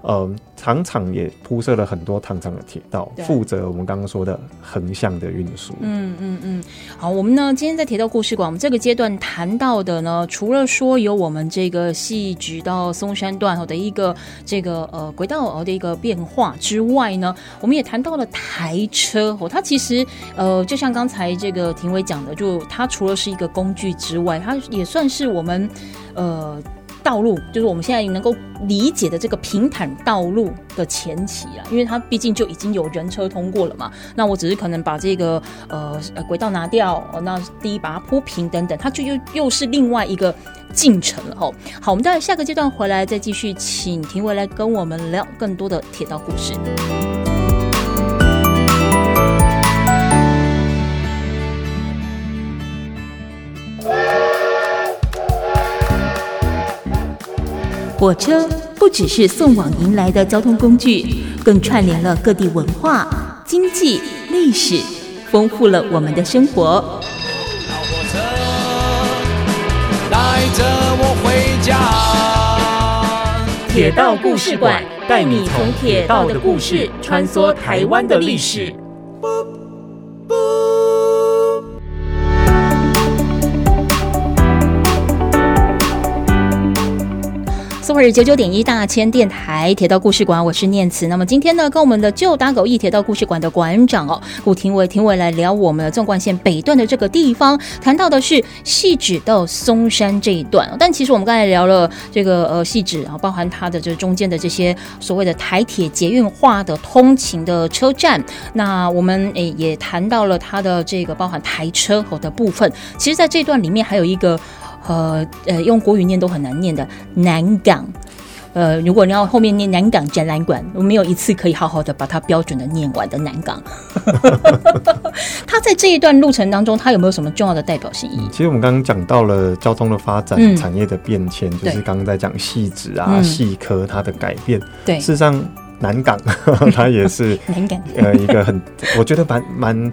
D: 嗯，糖厂也铺设了很多糖厂的铁道，
A: 对
D: 负责我们刚刚说的横向的运输。
A: 嗯嗯嗯，好，我们呢今天在铁道故事馆，我们这个阶段谈到的呢，除了说有我们这个细直到松山段哦的一个这个呃轨道哦的一个变化之外呢，我们也谈到了台车哦，它其实呃就像刚才这个庭伟讲的，就它除了是一个工具之外，它也算是我们呃。道路就是我们现在能够理解的这个平坦道路的前期啊，因为它毕竟就已经有人车通过了嘛。那我只是可能把这个呃呃轨道拿掉，哦，那第一把它铺平等等，它就又又是另外一个进程了哦。好，我们在下个阶段回来再继续，请庭伟来跟我们聊更多的铁道故事。
E: 火车不只是送往迎来的交通工具，更串联了各地文化、经济、历史，丰富了我们的生活。
B: 老火车带着我回家。
C: 铁道故事馆带你从铁道的故事穿梭台湾的历史。
A: Story 九九点一大千电台铁道故事馆，我是念慈。那么今天呢，跟我们的旧打狗一铁道故事馆的馆长哦，古廷伟廷伟来聊我们的纵贯线北段的这个地方，谈到的是细指到松山这一段。但其实我们刚才聊了这个呃细指啊，包含它的这中间的这些所谓的台铁捷运化的通勤的车站，那我们诶也谈到了它的这个包含台车口的部分。其实，在这段里面还有一个。呃呃，用国语念都很难念的南港。呃，如果你要后面念南港展览馆，我没有一次可以好好的把它标准的念完的南港。 (laughs) 它在这一段路程当中，它有没有什么重要的代表性意义？
D: 其实我们刚刚讲到了交通的发展、
A: 嗯
D: 产业的变迁，就是
A: 对
D: 刚刚在讲细致啊、
A: 嗯
D: 细科它的改变。
A: 对
D: 事，实上，南
A: (laughs)
D: 港它也是
A: 南港，
D: 呃一个很，我觉得蛮蛮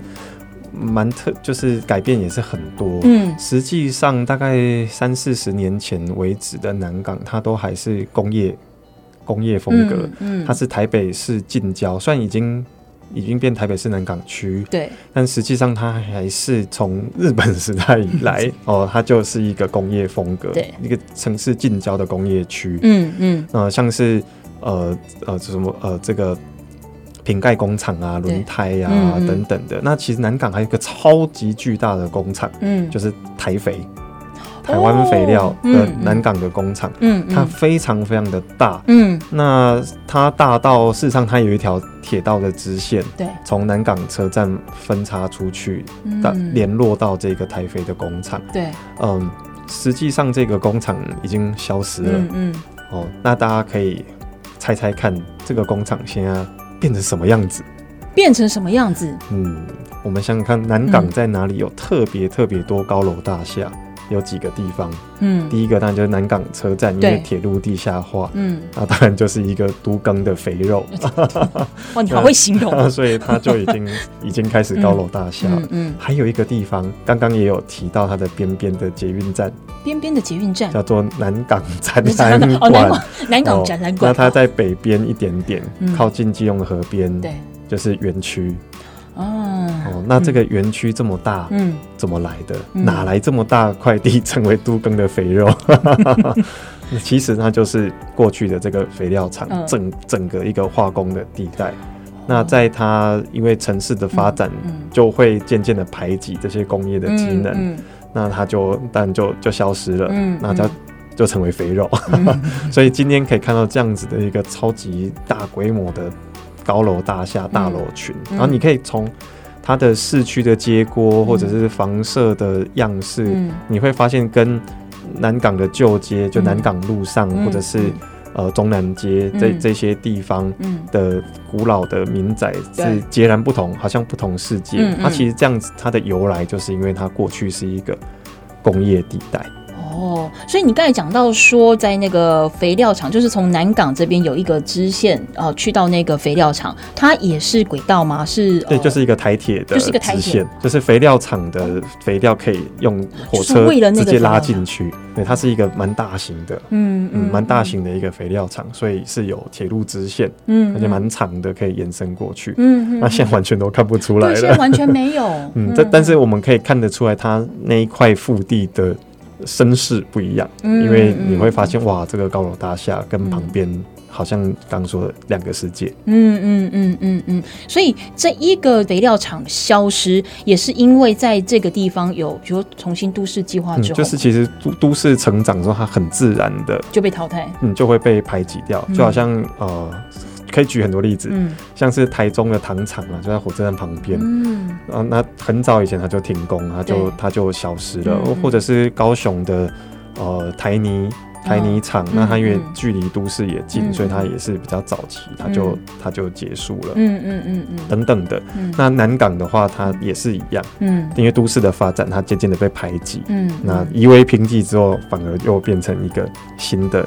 D: 蛮特，就是改变也是很多。
A: 嗯
D: 实际上，大概三四十年前为止的南港，它都还是工业工业风格，
A: 嗯
D: 它是台北市近郊，虽然已经已经变台北市南港区，
A: 对，
D: 但实际上它还是从日本时代以来 (laughs) 哦，它就是一个工业风格
A: 嗯对，
D: 一个城市近郊的工业区。
A: 嗯嗯
D: 呃，像是呃呃什么呃这个瓶盖工厂啊、
A: 对
D: 轮胎呀、
A: 嗯嗯
D: 等等的。那其实南港还有一个超级巨大的工厂，
A: 嗯，
D: 就是台肥，台湾肥料的
A: 哦嗯嗯
D: 南港的工厂，
A: 嗯
D: 它
A: 嗯
D: 非常非常的大。
A: 嗯，
D: 那它大到事实上它有一条铁道的支线，
A: 对，
D: 从南港车站分叉出去，到
A: 嗯
D: 联络到这个台肥的工厂。
A: 对，
D: 嗯，实际上这个工厂已经消失了。
A: 嗯嗯，
D: 哦，那大家可以猜猜看，这个工厂现在变成什么样子？
A: 变成什么样子？
D: 嗯，我们想想看，南港
A: 嗯
D: 在哪里有特别特别多高楼大厦？有几个地方？
A: 嗯
D: 第一个当然就是南港车站，因
A: 对
D: 为铁路地下化，
A: 嗯，
D: 那当然就是一个都更的肥肉，
A: 哇，你好会
D: (laughs)
A: 形容，
D: 所以它就已
A: (laughs)
D: 经已经开始高楼大厦了。
A: 嗯嗯，
D: 还有一个地方，刚刚也有提到它的边边的捷运站，
A: 边边的捷运站，
D: 叫做南港展
A: 你
D: 览
A: 讲哦，南
D: 馆
A: 港。南港展览馆，
D: 那它在北边一点点，
A: 嗯
D: 靠近基隆河边，
A: 对，
D: 就是园区
A: 哦，
D: 哦。那这个园区这么大，
A: 嗯
D: 怎么来的？
A: 嗯
D: 哪来这么大块地成为都更的肥
A: (laughs)
D: 肉？其实它就是过去的这个肥料厂
A: 嗯
D: 整整个一个化工的地带。那在它因为城市的发展
A: 嗯嗯，
D: 就会渐渐的排挤这些工业的机能，
A: 嗯
D: 那它就但就就消失了，
A: 嗯
D: 那它
A: 嗯
D: 就成为肥肉。 (laughs) 所以今天可以看到这样子的一个超级大规模的高楼大厦、大楼群，
A: 嗯
D: 然后你可以从它的市区的街锅或者是房舍的样式，
A: 嗯
D: 你会发现跟南港的旧街，就
A: 嗯
D: 南港路上、
A: 嗯
D: 或者是、呃中南街这、
A: 嗯
D: 这些地方。
A: 嗯
D: 的古老的民宅
A: 对
D: 是截然不同，好像不同世界。
A: 嗯嗯
D: 它其实这样子，它的由来就是因为它过去是一个工业地带。
A: 哦，所以你刚才讲到说，在那个肥料厂，就是从南港这边有一个支线哦、呃去到那个肥料厂，它也是轨道吗？是，呃
D: 对，就是一个台铁的
A: 就是一个台
D: 支
A: 铁
D: 线，就是肥料厂的肥料可以用火
A: 就是
D: 车
A: 为了那
D: 直
A: 个
D: 接拉
A: 肥料
D: 进去。对，它是一个蛮大型的，
A: 嗯
D: 嗯，蛮大，型的一个肥料厂，所以是有铁路支线，
A: 嗯
D: 而且，蛮长的，可以延伸过去。
A: 嗯嗯
D: 那现在完全都看不出来
A: 对，现在
D: 了。
A: 完全没有，
D: (laughs) 嗯，但但是我们可以看得出来，它那一块腹地的身世不一样，
A: 嗯
D: 因为你会
A: 嗯
D: 发现，哇，这个高楼大厦跟旁边好像刚说的两个世界。
A: 嗯嗯嗯嗯嗯，所以这一个肥料厂消失，也是因为在这个地方有，比如重新都市计划
D: 嗯，
A: 之后，
D: 就是其实都都市成长之后，它很自然的
A: 就被淘汰，
D: 你嗯就会被排挤掉，
A: 嗯
D: 就好像呃，可以举很多例子，
A: 嗯
D: 像是台中的糖厂啊，就在火车站旁边，
A: 嗯
D: 啊，那很早以前它就停工，它就
A: 对
D: 它就消失了，
A: 嗯嗯哦
D: 或者是高雄的呃台泥。台泥厂，那它因为
A: 嗯嗯
D: 距离都市也近，
A: 嗯
D: 所以它也是比较早期，它就它就结束了，
A: 嗯嗯嗯嗯
D: 等等的。
A: 嗯
D: 那南港的话，它也是一样，
A: 嗯
D: 因为都市的发展，它渐渐的被排挤，
A: 嗯，
D: 那夷为平地之后，反而又变成一个新的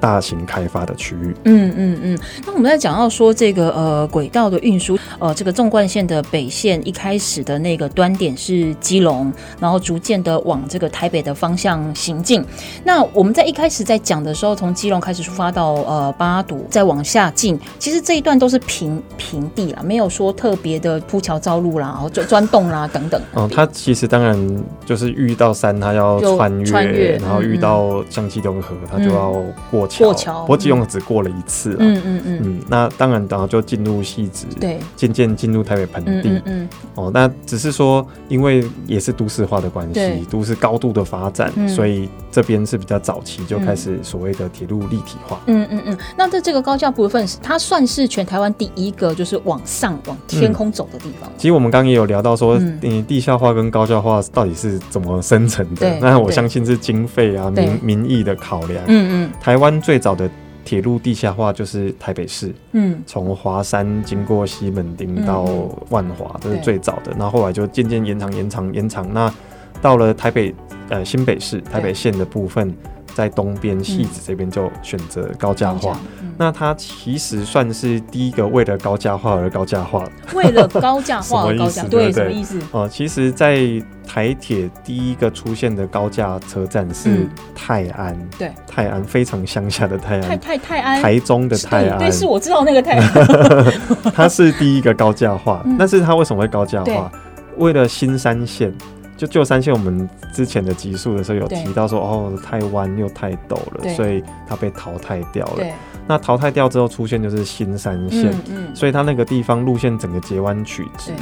D: 大型开发的区域。
A: 嗯嗯嗯，那我们在讲到说这个呃轨道的运输，呃这个纵贯线的北线一开始的那个端点是基隆，然后逐渐的往这个台北的方向行进。那我们在一开始在讲的时候，从基隆开始出发到呃八堵，再往下进，其实这一段都是平平地啦，没有说特别的铺桥造路啦，然后钻钻洞啦等等。
D: 哦，它其实当然就是遇到山，它要
A: 就
D: 穿越，
A: 穿越
D: 然后
A: 嗯
D: 遇到像基隆河，它就要过桥，
A: 过桥
D: 不过基隆只过了一次啊。
A: 嗯嗯嗯，
D: 嗯，那当然，然后就进入戏子，
A: 对，
D: 渐渐进入台北盆
A: 嗯
D: 地。
A: 嗯嗯，
D: 哦，那只是说，因为也是都市化的关
A: 对
D: 系，都市高度的发展，
A: 嗯
D: 所以这边是比较早期就
A: 嗯
D: 开始所谓的铁路立体化。
A: 嗯嗯嗯，那在这个高架部分，它算是全台湾第一个就是往上往天空走的地方。
D: 其实我们刚刚也有聊到说，
A: 嗯
D: 你地下化跟高架化到底是怎么生成
A: 对
D: 的？那我
A: 对
D: 相信是经费啊、
A: 对
D: 民民意的考量。
A: 嗯
D: 台湾最早的铁路地下化就是台北市，
A: 嗯
D: 从华山经过西门町
A: 嗯
D: 到万华，这是
A: 对
D: 最早的。那后来就渐渐延长、延长、延长。那到了台北呃新北市台北县的部分，在东边戏子这边就选择高
A: 嗯，
D: 架化。，那它其实算是第一个为了高架化而高架化的
A: 为了高架化而高
D: (laughs) 什么意
A: 架，
D: 思
A: 对，
D: 对
A: 什
D: 对
A: 么意思？
D: 哦、其实，在台铁第一个出现的高架车站是
A: 嗯
D: 泰安，
A: 对，
D: 泰安非常乡下的泰
A: 太
D: 安，
A: 太太安，
D: 嗯台中的
A: 是
D: 泰安，
A: 对，对，是我知道那个太安，
D: 它是第一个高架化
A: 嗯，
D: 但是它为什么会高架
A: 对
D: 化？为了新山线，就旧山线，我们之前的集数的时候有
A: 对
D: 提到说，哦，太弯又太陡
A: 对
D: 了，所以它被淘汰掉了。
A: 对，
D: 那淘汰掉之后出现就是新山线，
A: 嗯
D: 所以它那个地方路线整个截弯取直，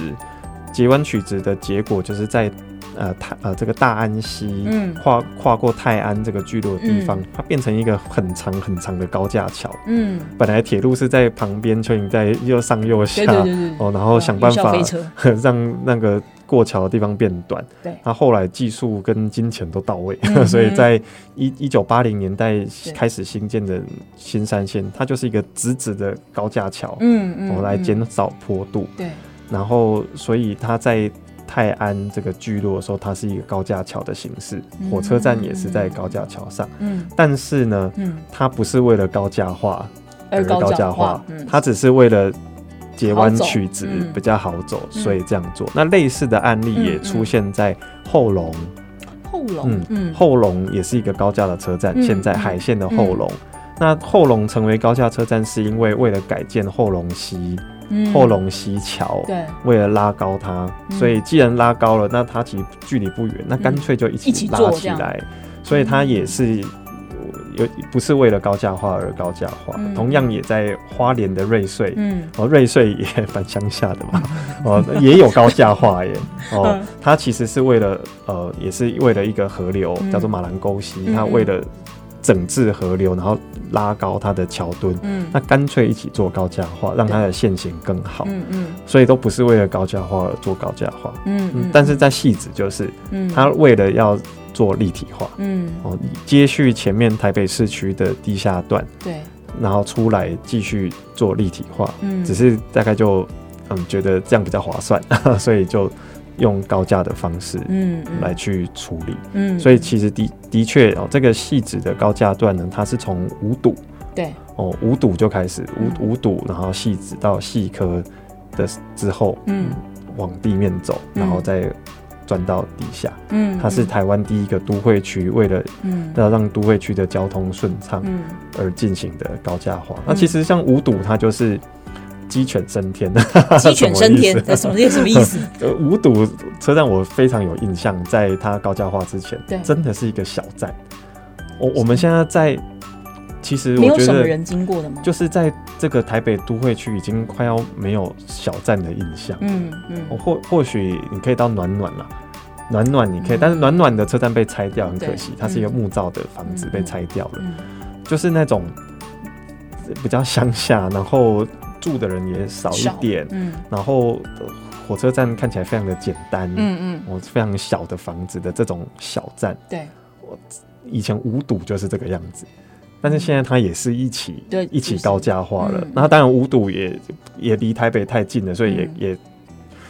D: 截弯取直的结果就是在呃泰呃这个大安溪、
A: 嗯
D: 跨跨过泰安这个聚落的地方，
A: 嗯
D: 它变成一个很长很长的高架桥。
A: 嗯，
D: 本来铁路是在旁边，蚯蚓在又上又下，
A: 对对对对，
D: 哦，然后想办
A: 云霄
D: 法
A: 飞车
D: (laughs) 让那个过桥的地方变短。
A: 对
D: 那后来技术跟金钱都到位， (laughs)
A: 嗯哼
D: 所以在一一九八零年代开始兴建的新山线，它就是一个直直的高架桥，
A: 嗯嗯，
D: 哦，来
A: 嗯
D: 减少坡度。
A: 对，
D: 然后，所以它在泰安这个聚落的时候，它是一个高架桥的形式，
A: 嗯
D: 火车站也是在高架桥上，
A: 嗯
D: 但是呢，
A: 嗯，
D: 它不是为了高架化，
A: 而
D: 高
A: 高
D: 架
A: 化
D: 化，，
A: 嗯，
D: 它只是为了截弯曲
A: 好
D: 直
A: 走嗯
D: 比较好走，所以这样做。那类似的案例也出现在后龙，
A: 后龙，嗯，
D: 后龙也是一个高架的车站，
A: 嗯
D: 现在海线的后龙。那后龙成为高架车站，是因为为了改建后龙溪、
A: 嗯
D: 后，龙溪桥，
A: 对，
D: 为了拉高它，
A: 嗯
D: 所以既然拉高了，那它其实距离不远，那干脆就一
A: 一起
D: 起
A: 做
D: 拉起
A: 这样
D: 来。所以它也是有不是为了高架化而高架化，
A: 嗯
D: 同样也在花莲的瑞穗，
A: 嗯
D: 哦，瑞穗也蛮乡下的
A: (laughs)
D: 嘛，哦，也有高架化耶。哦
A: 嗯，
D: 它其实是为了呃，也是为了一个河流
A: 嗯
D: 叫做马兰沟溪，
A: 嗯
D: 它为了整治河流，然后拉高它的桥墩，
A: 嗯
D: 那干脆一起做高架化，让它的线型更好。
A: 嗯嗯
D: 所以都不是为了高价化而做高价化，
A: 嗯
D: 嗯，但是在戏子就是
A: 嗯
D: 它为了要做立体化，
A: 嗯，
D: 哦，接续前面台北市区的地下段，
A: 对，
D: 然后出来继续做立体化，
A: 嗯，
D: 只是大概就嗯觉得这样比较划算， (laughs) 所以就用高价的方式
A: 嗯嗯
D: 来去处理。
A: 嗯，
D: 所以其实的的确哦，这个戏子的高价段呢，它是从五堵
A: 对，
D: 哦，五堵就开始，
A: 嗯
D: 五五堵，然后细子到细科的之后，
A: 嗯
D: 嗯，往地面走，
A: 嗯
D: 然后再钻到地下。
A: 嗯，
D: 它是台湾第一个都会区，为了
A: 嗯
D: 要让都会区的交通顺畅
A: 嗯
D: 而进行的高架化。那其实像五堵，它就是鸡犬升天，
A: (laughs) 鸡犬升天，
D: (laughs) 什么
A: 什么意
D: 意思
A: 思什么意思？
D: 呃，五堵车站我非常有印象，在它高架化之前
A: 对，
D: 真的是一个小站。我我们现在在，其实
A: 没
D: 我
A: 有
D: 觉
A: 什么
D: 得
A: 人经过的吗？
D: 就是在这个台北都会区已经快要没有小站的印象。
A: 嗯
D: 哦
A: 嗯，
D: 或或许你可以到暖暖啦，暖暖你可以，但是暖暖的车站被拆掉，很可惜
A: 嗯对，
D: 它是一个木造的房子
A: 嗯
D: 被拆掉了，
A: 嗯
D: 就是那种比较乡下，然后住的人也少一点，
A: 嗯
D: 然后呃火车站看起来非常的简单，
A: 嗯嗯，
D: 哦，非常小的房子的这种小站，
A: 对
D: 以前五堵就是这个样子，但是现在它也是一起
A: 对
D: 一起高价化了
A: 嗯。
D: 那、当然五堵也也离台北太近了，所以也、
A: 嗯
D: 也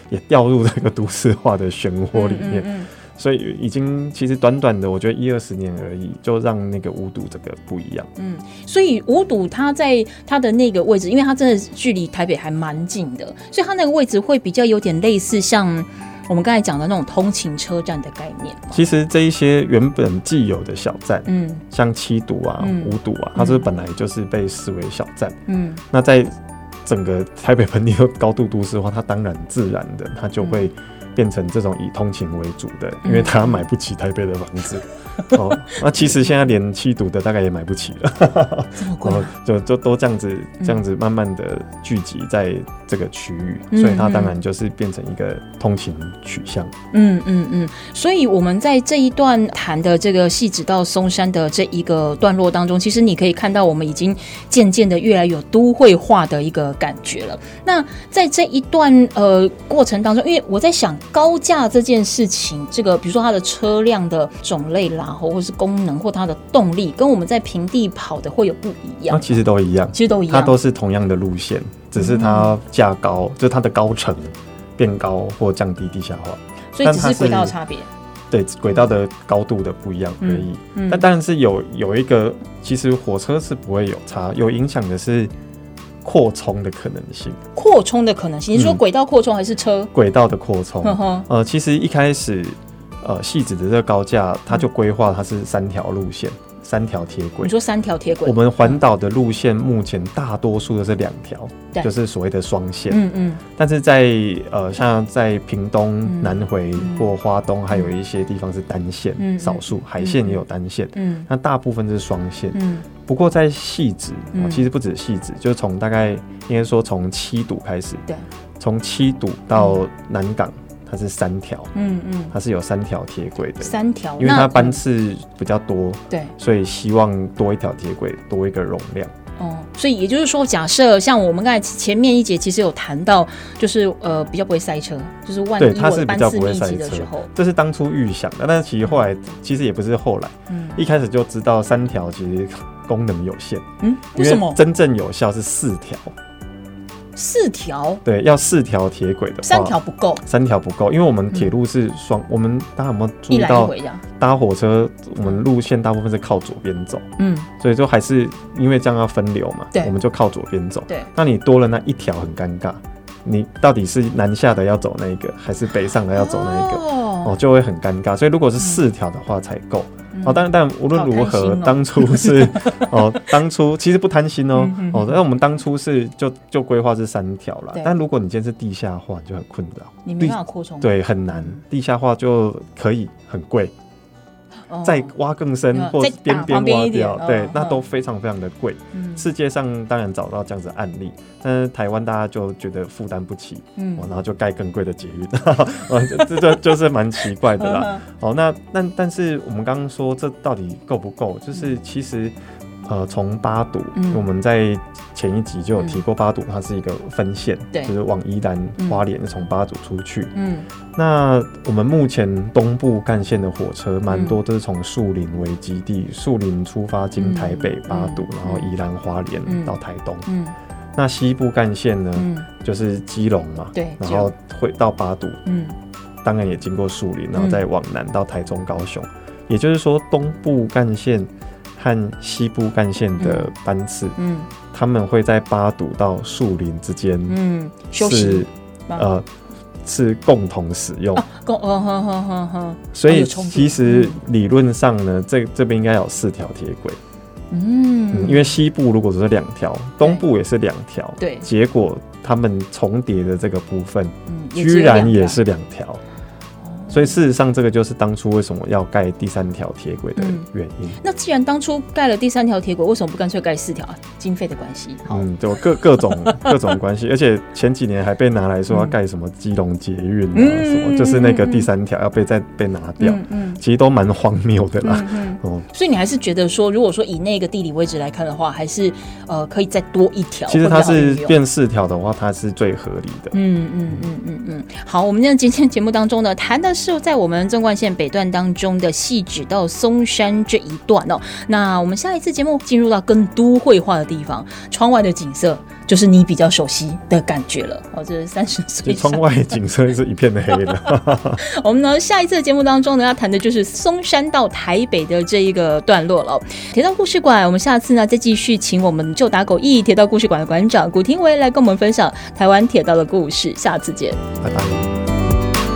D: 也掉入这个都市化的漩涡里面。
A: 嗯
D: 所以已经其实短短的，我觉得一二十年而已，就让那个五堵这个不一样。
A: 嗯，所以五堵它在它的那个位置，因为它真的距离台北还蛮近的，所以它那个位置会比较有点类似像我们刚才讲的那种通勤车站的概念嘛。
D: 其实这一些原本既有的小站。
A: 嗯
D: 像七堵啊、
A: 嗯
D: 五堵啊，它是本来就是被视为小站。
A: 嗯
D: 那在整个台北盆地的高度都市化，它当然自然的它就会变成这种以通勤为主的，因为他买不起台北的房子。哦，那其实现在连七堵的大概也买不起了， (laughs)
A: 这么贵
D: 然后
A: 啊，
D: 就就都这样子这样子慢慢的聚集在这个区域，所以它当然就是变成一个通勤取向。
A: 嗯嗯嗯，所以我们在这一段谈的这个细致到松山的这一个段落当中，其实你可以看到，我们已经渐渐的越来越有都会化的一个感觉了。那在这一段呃过程当中，因为我在想高架这件事情，这个比如说它的车辆的种类啦，或或是功能或它的动力，跟我们在平地跑的会有不一
D: 那
A: 样，
D: 其实都一样，
A: 其实都一
D: 啊它
A: 样，
D: 都是同样的路线，只是它架高，就是它的高层变高或降低地下化，
A: 所以只
D: 但它
A: 是
D: 是
A: 轨道的差别。
D: 对轨道的高度的不一样而已。
A: 嗯
D: 但当然是有有一个，其实火车是不会有差，有影响的是扩充的可能性，
A: 扩充的可能性，你说
D: 嗯
A: 轨道扩充还是车？
D: 轨道的扩充。
A: 呵呵，
D: 呃，其实一开始，呃，戏子的这个高架，它就规划它是三条路线，三条铁轨
A: 你。说三条铁轨
D: 嗯我，们环岛的路线目前大多数的是两条
A: 对，
D: 就是所谓的双线。
A: 嗯嗯
D: 但是在呃，像在屏
A: 嗯
D: 东、南回
A: 嗯
D: 或花东，还有一些地方是单线，
A: 嗯
D: 少数海线也有单线。
A: 嗯
D: 那大部分是双线，
A: 嗯
D: 不过在细致，哦
A: 嗯
D: 其实不止细致，就是从大概应该说从七堵开始，
A: 对，
D: 从七堵到南港，它是三条，
A: 嗯嗯，
D: 它是有三条铁轨的，
A: 三条，
D: 因为它
A: 那嗯
D: 班次比较多，
A: 对
D: 所以希望多一条铁轨，多一个容量。
A: 哦，所以也就是说，假设像我们刚才前面一节其实有谈到，就是呃比较不会塞车，就是万
D: 对，
A: 一
D: 它
A: 我
D: 是
A: 班
D: 比较
A: 次
D: 不会
A: 密
D: 塞
A: 集的时
D: 车
A: 候，，
D: 这是当初预想的。但是其实后来，其实也不是后来，
A: 嗯
D: 一开始就知道三条其实功能有限，
A: 嗯，为
D: 因
A: 什么
D: 为真正有效是四条。
A: 四条
D: 对，要四条铁轨的话，
A: 三条不够，
D: 三条不够，因为我们铁路是双，我们大家有没有注
A: 一
D: 意
A: 来一
D: 到
A: 回这样，
D: 搭火车，我们路线大部分是靠左边走，
A: 嗯
D: 所以就还是因为这样要分流嘛
A: 对，
D: 我们就靠左边走。
A: 对，
D: 那你多了那一条很尴尬，你到底是南下的要走那一个，还是北上的要走那一个？
A: 哦嗯
D: 哦，就会很尴尬，所以如果是四条的话才够、哦。当然，但无论如
A: 好贪
D: 何，
A: 心哦
D: 当初
A: (laughs)
D: 是哦，当初其实不贪心哦、
A: 嗯嗯
D: 哦，但我们当初是就就规划是三条啦
A: 对。
D: 但如果你今天是地下化，你就很困扰。
A: 你没
D: 地
A: 办法扩充，
D: 对，很难。地下化就可以很贵，
A: 哦，
D: 再挖更深
A: 嗯
D: 或
A: 再
D: 是边
A: 打旁边
D: 挖
A: 一点
D: 掉
A: 嗯，
D: 对
A: 嗯，
D: 那都非常非常的贵。
A: 嗯
D: 世界上当然找到这样子的案例，但是台湾大家就觉得负担不起，
A: 嗯
D: 哦然后就盖更贵的捷运， (laughs) 哦这这这就是蛮奇怪的啦。
A: 嗯
D: 哦，那但但是我们刚刚说这到底够不够？就是其实。呃，从八堵，
A: 嗯
D: 我们在前一集就有提过，八堵它是一个分线，
A: 对
D: 就是往宜兰
A: 嗯、
D: 花莲从八堵出去。
A: 嗯
D: 那我们目前东部干线的火车蛮
A: 嗯
D: 多都是从树林为基地，树林出发经台北
A: 嗯
D: 八堵
A: 嗯，
D: 然后宜兰花莲到台东。
A: 嗯
D: 那西部干线呢，
A: 嗯
D: 就是基隆嘛，
A: 对
D: 然后会到八堵，
A: 嗯
D: 当然也经过树林，然后再往南到台中、高雄。也就是说，东部干线和西部干线的班次，
A: 嗯
D: 他们会在八堵到树林之间
A: 嗯，休息
D: 是
A: 吗
D: 呃是共同使用。
A: 够，哦哼哼哼哼，
D: 所
A: 哦
D: 以
A: 有冲突
D: 其实理论上呢，这这边应该有四条铁轨，嗯，
A: 嗯，
D: 因为西部如果只是两条，东部也是两条，
A: 对
D: 结果他们重叠的这个部分
A: 嗯也只
D: 居
A: 有两
D: 然
A: 条
D: 也是两条，所以事实上这个就是当初为什么要盖第三条铁轨的
A: 嗯
D: 原因。
A: 那既然当初盖了第三条铁轨，为什么不干脆盖四条啊？经费的关系。好，
D: 嗯，就各各种 (laughs) 各种关系，而且前几年还被拿来说要盖什么基隆捷运啊，
A: 嗯
D: 什么就是那个第三条要被再被拿掉，
A: 嗯嗯
D: 其实都蛮荒谬的啦
A: 嗯。嗯，
D: 哦，
A: 所以你还是觉得说，如果说以那个地理位置来看的话，还是呃可以再多一条。
D: 其实
A: 会比
D: 它
A: 较好
D: 是
A: 运用
D: 变四条的话，它是最合理的。
A: 嗯嗯嗯嗯嗯，好，我们在今天节目当中呢，谈的是在我们纵贯线北段当中的细指到松山这一段哦。那我们下一次节目进入到更都会化的地方，窗外的景色就是你比较熟悉的感觉了。哦，这是三十
D: 就
A: 岁
D: 窗
A: 上
D: 外景色是一片的黑的，
A: 我们呢下一次的节目当中呢，要谈的就是松山到台北的这一个段落了。铁道故事馆，我们下次呢再继续请我们旧打狗义铁道故事馆的馆长古廷维来跟我们分享台湾铁道的故事。下次见。
D: 拜拜。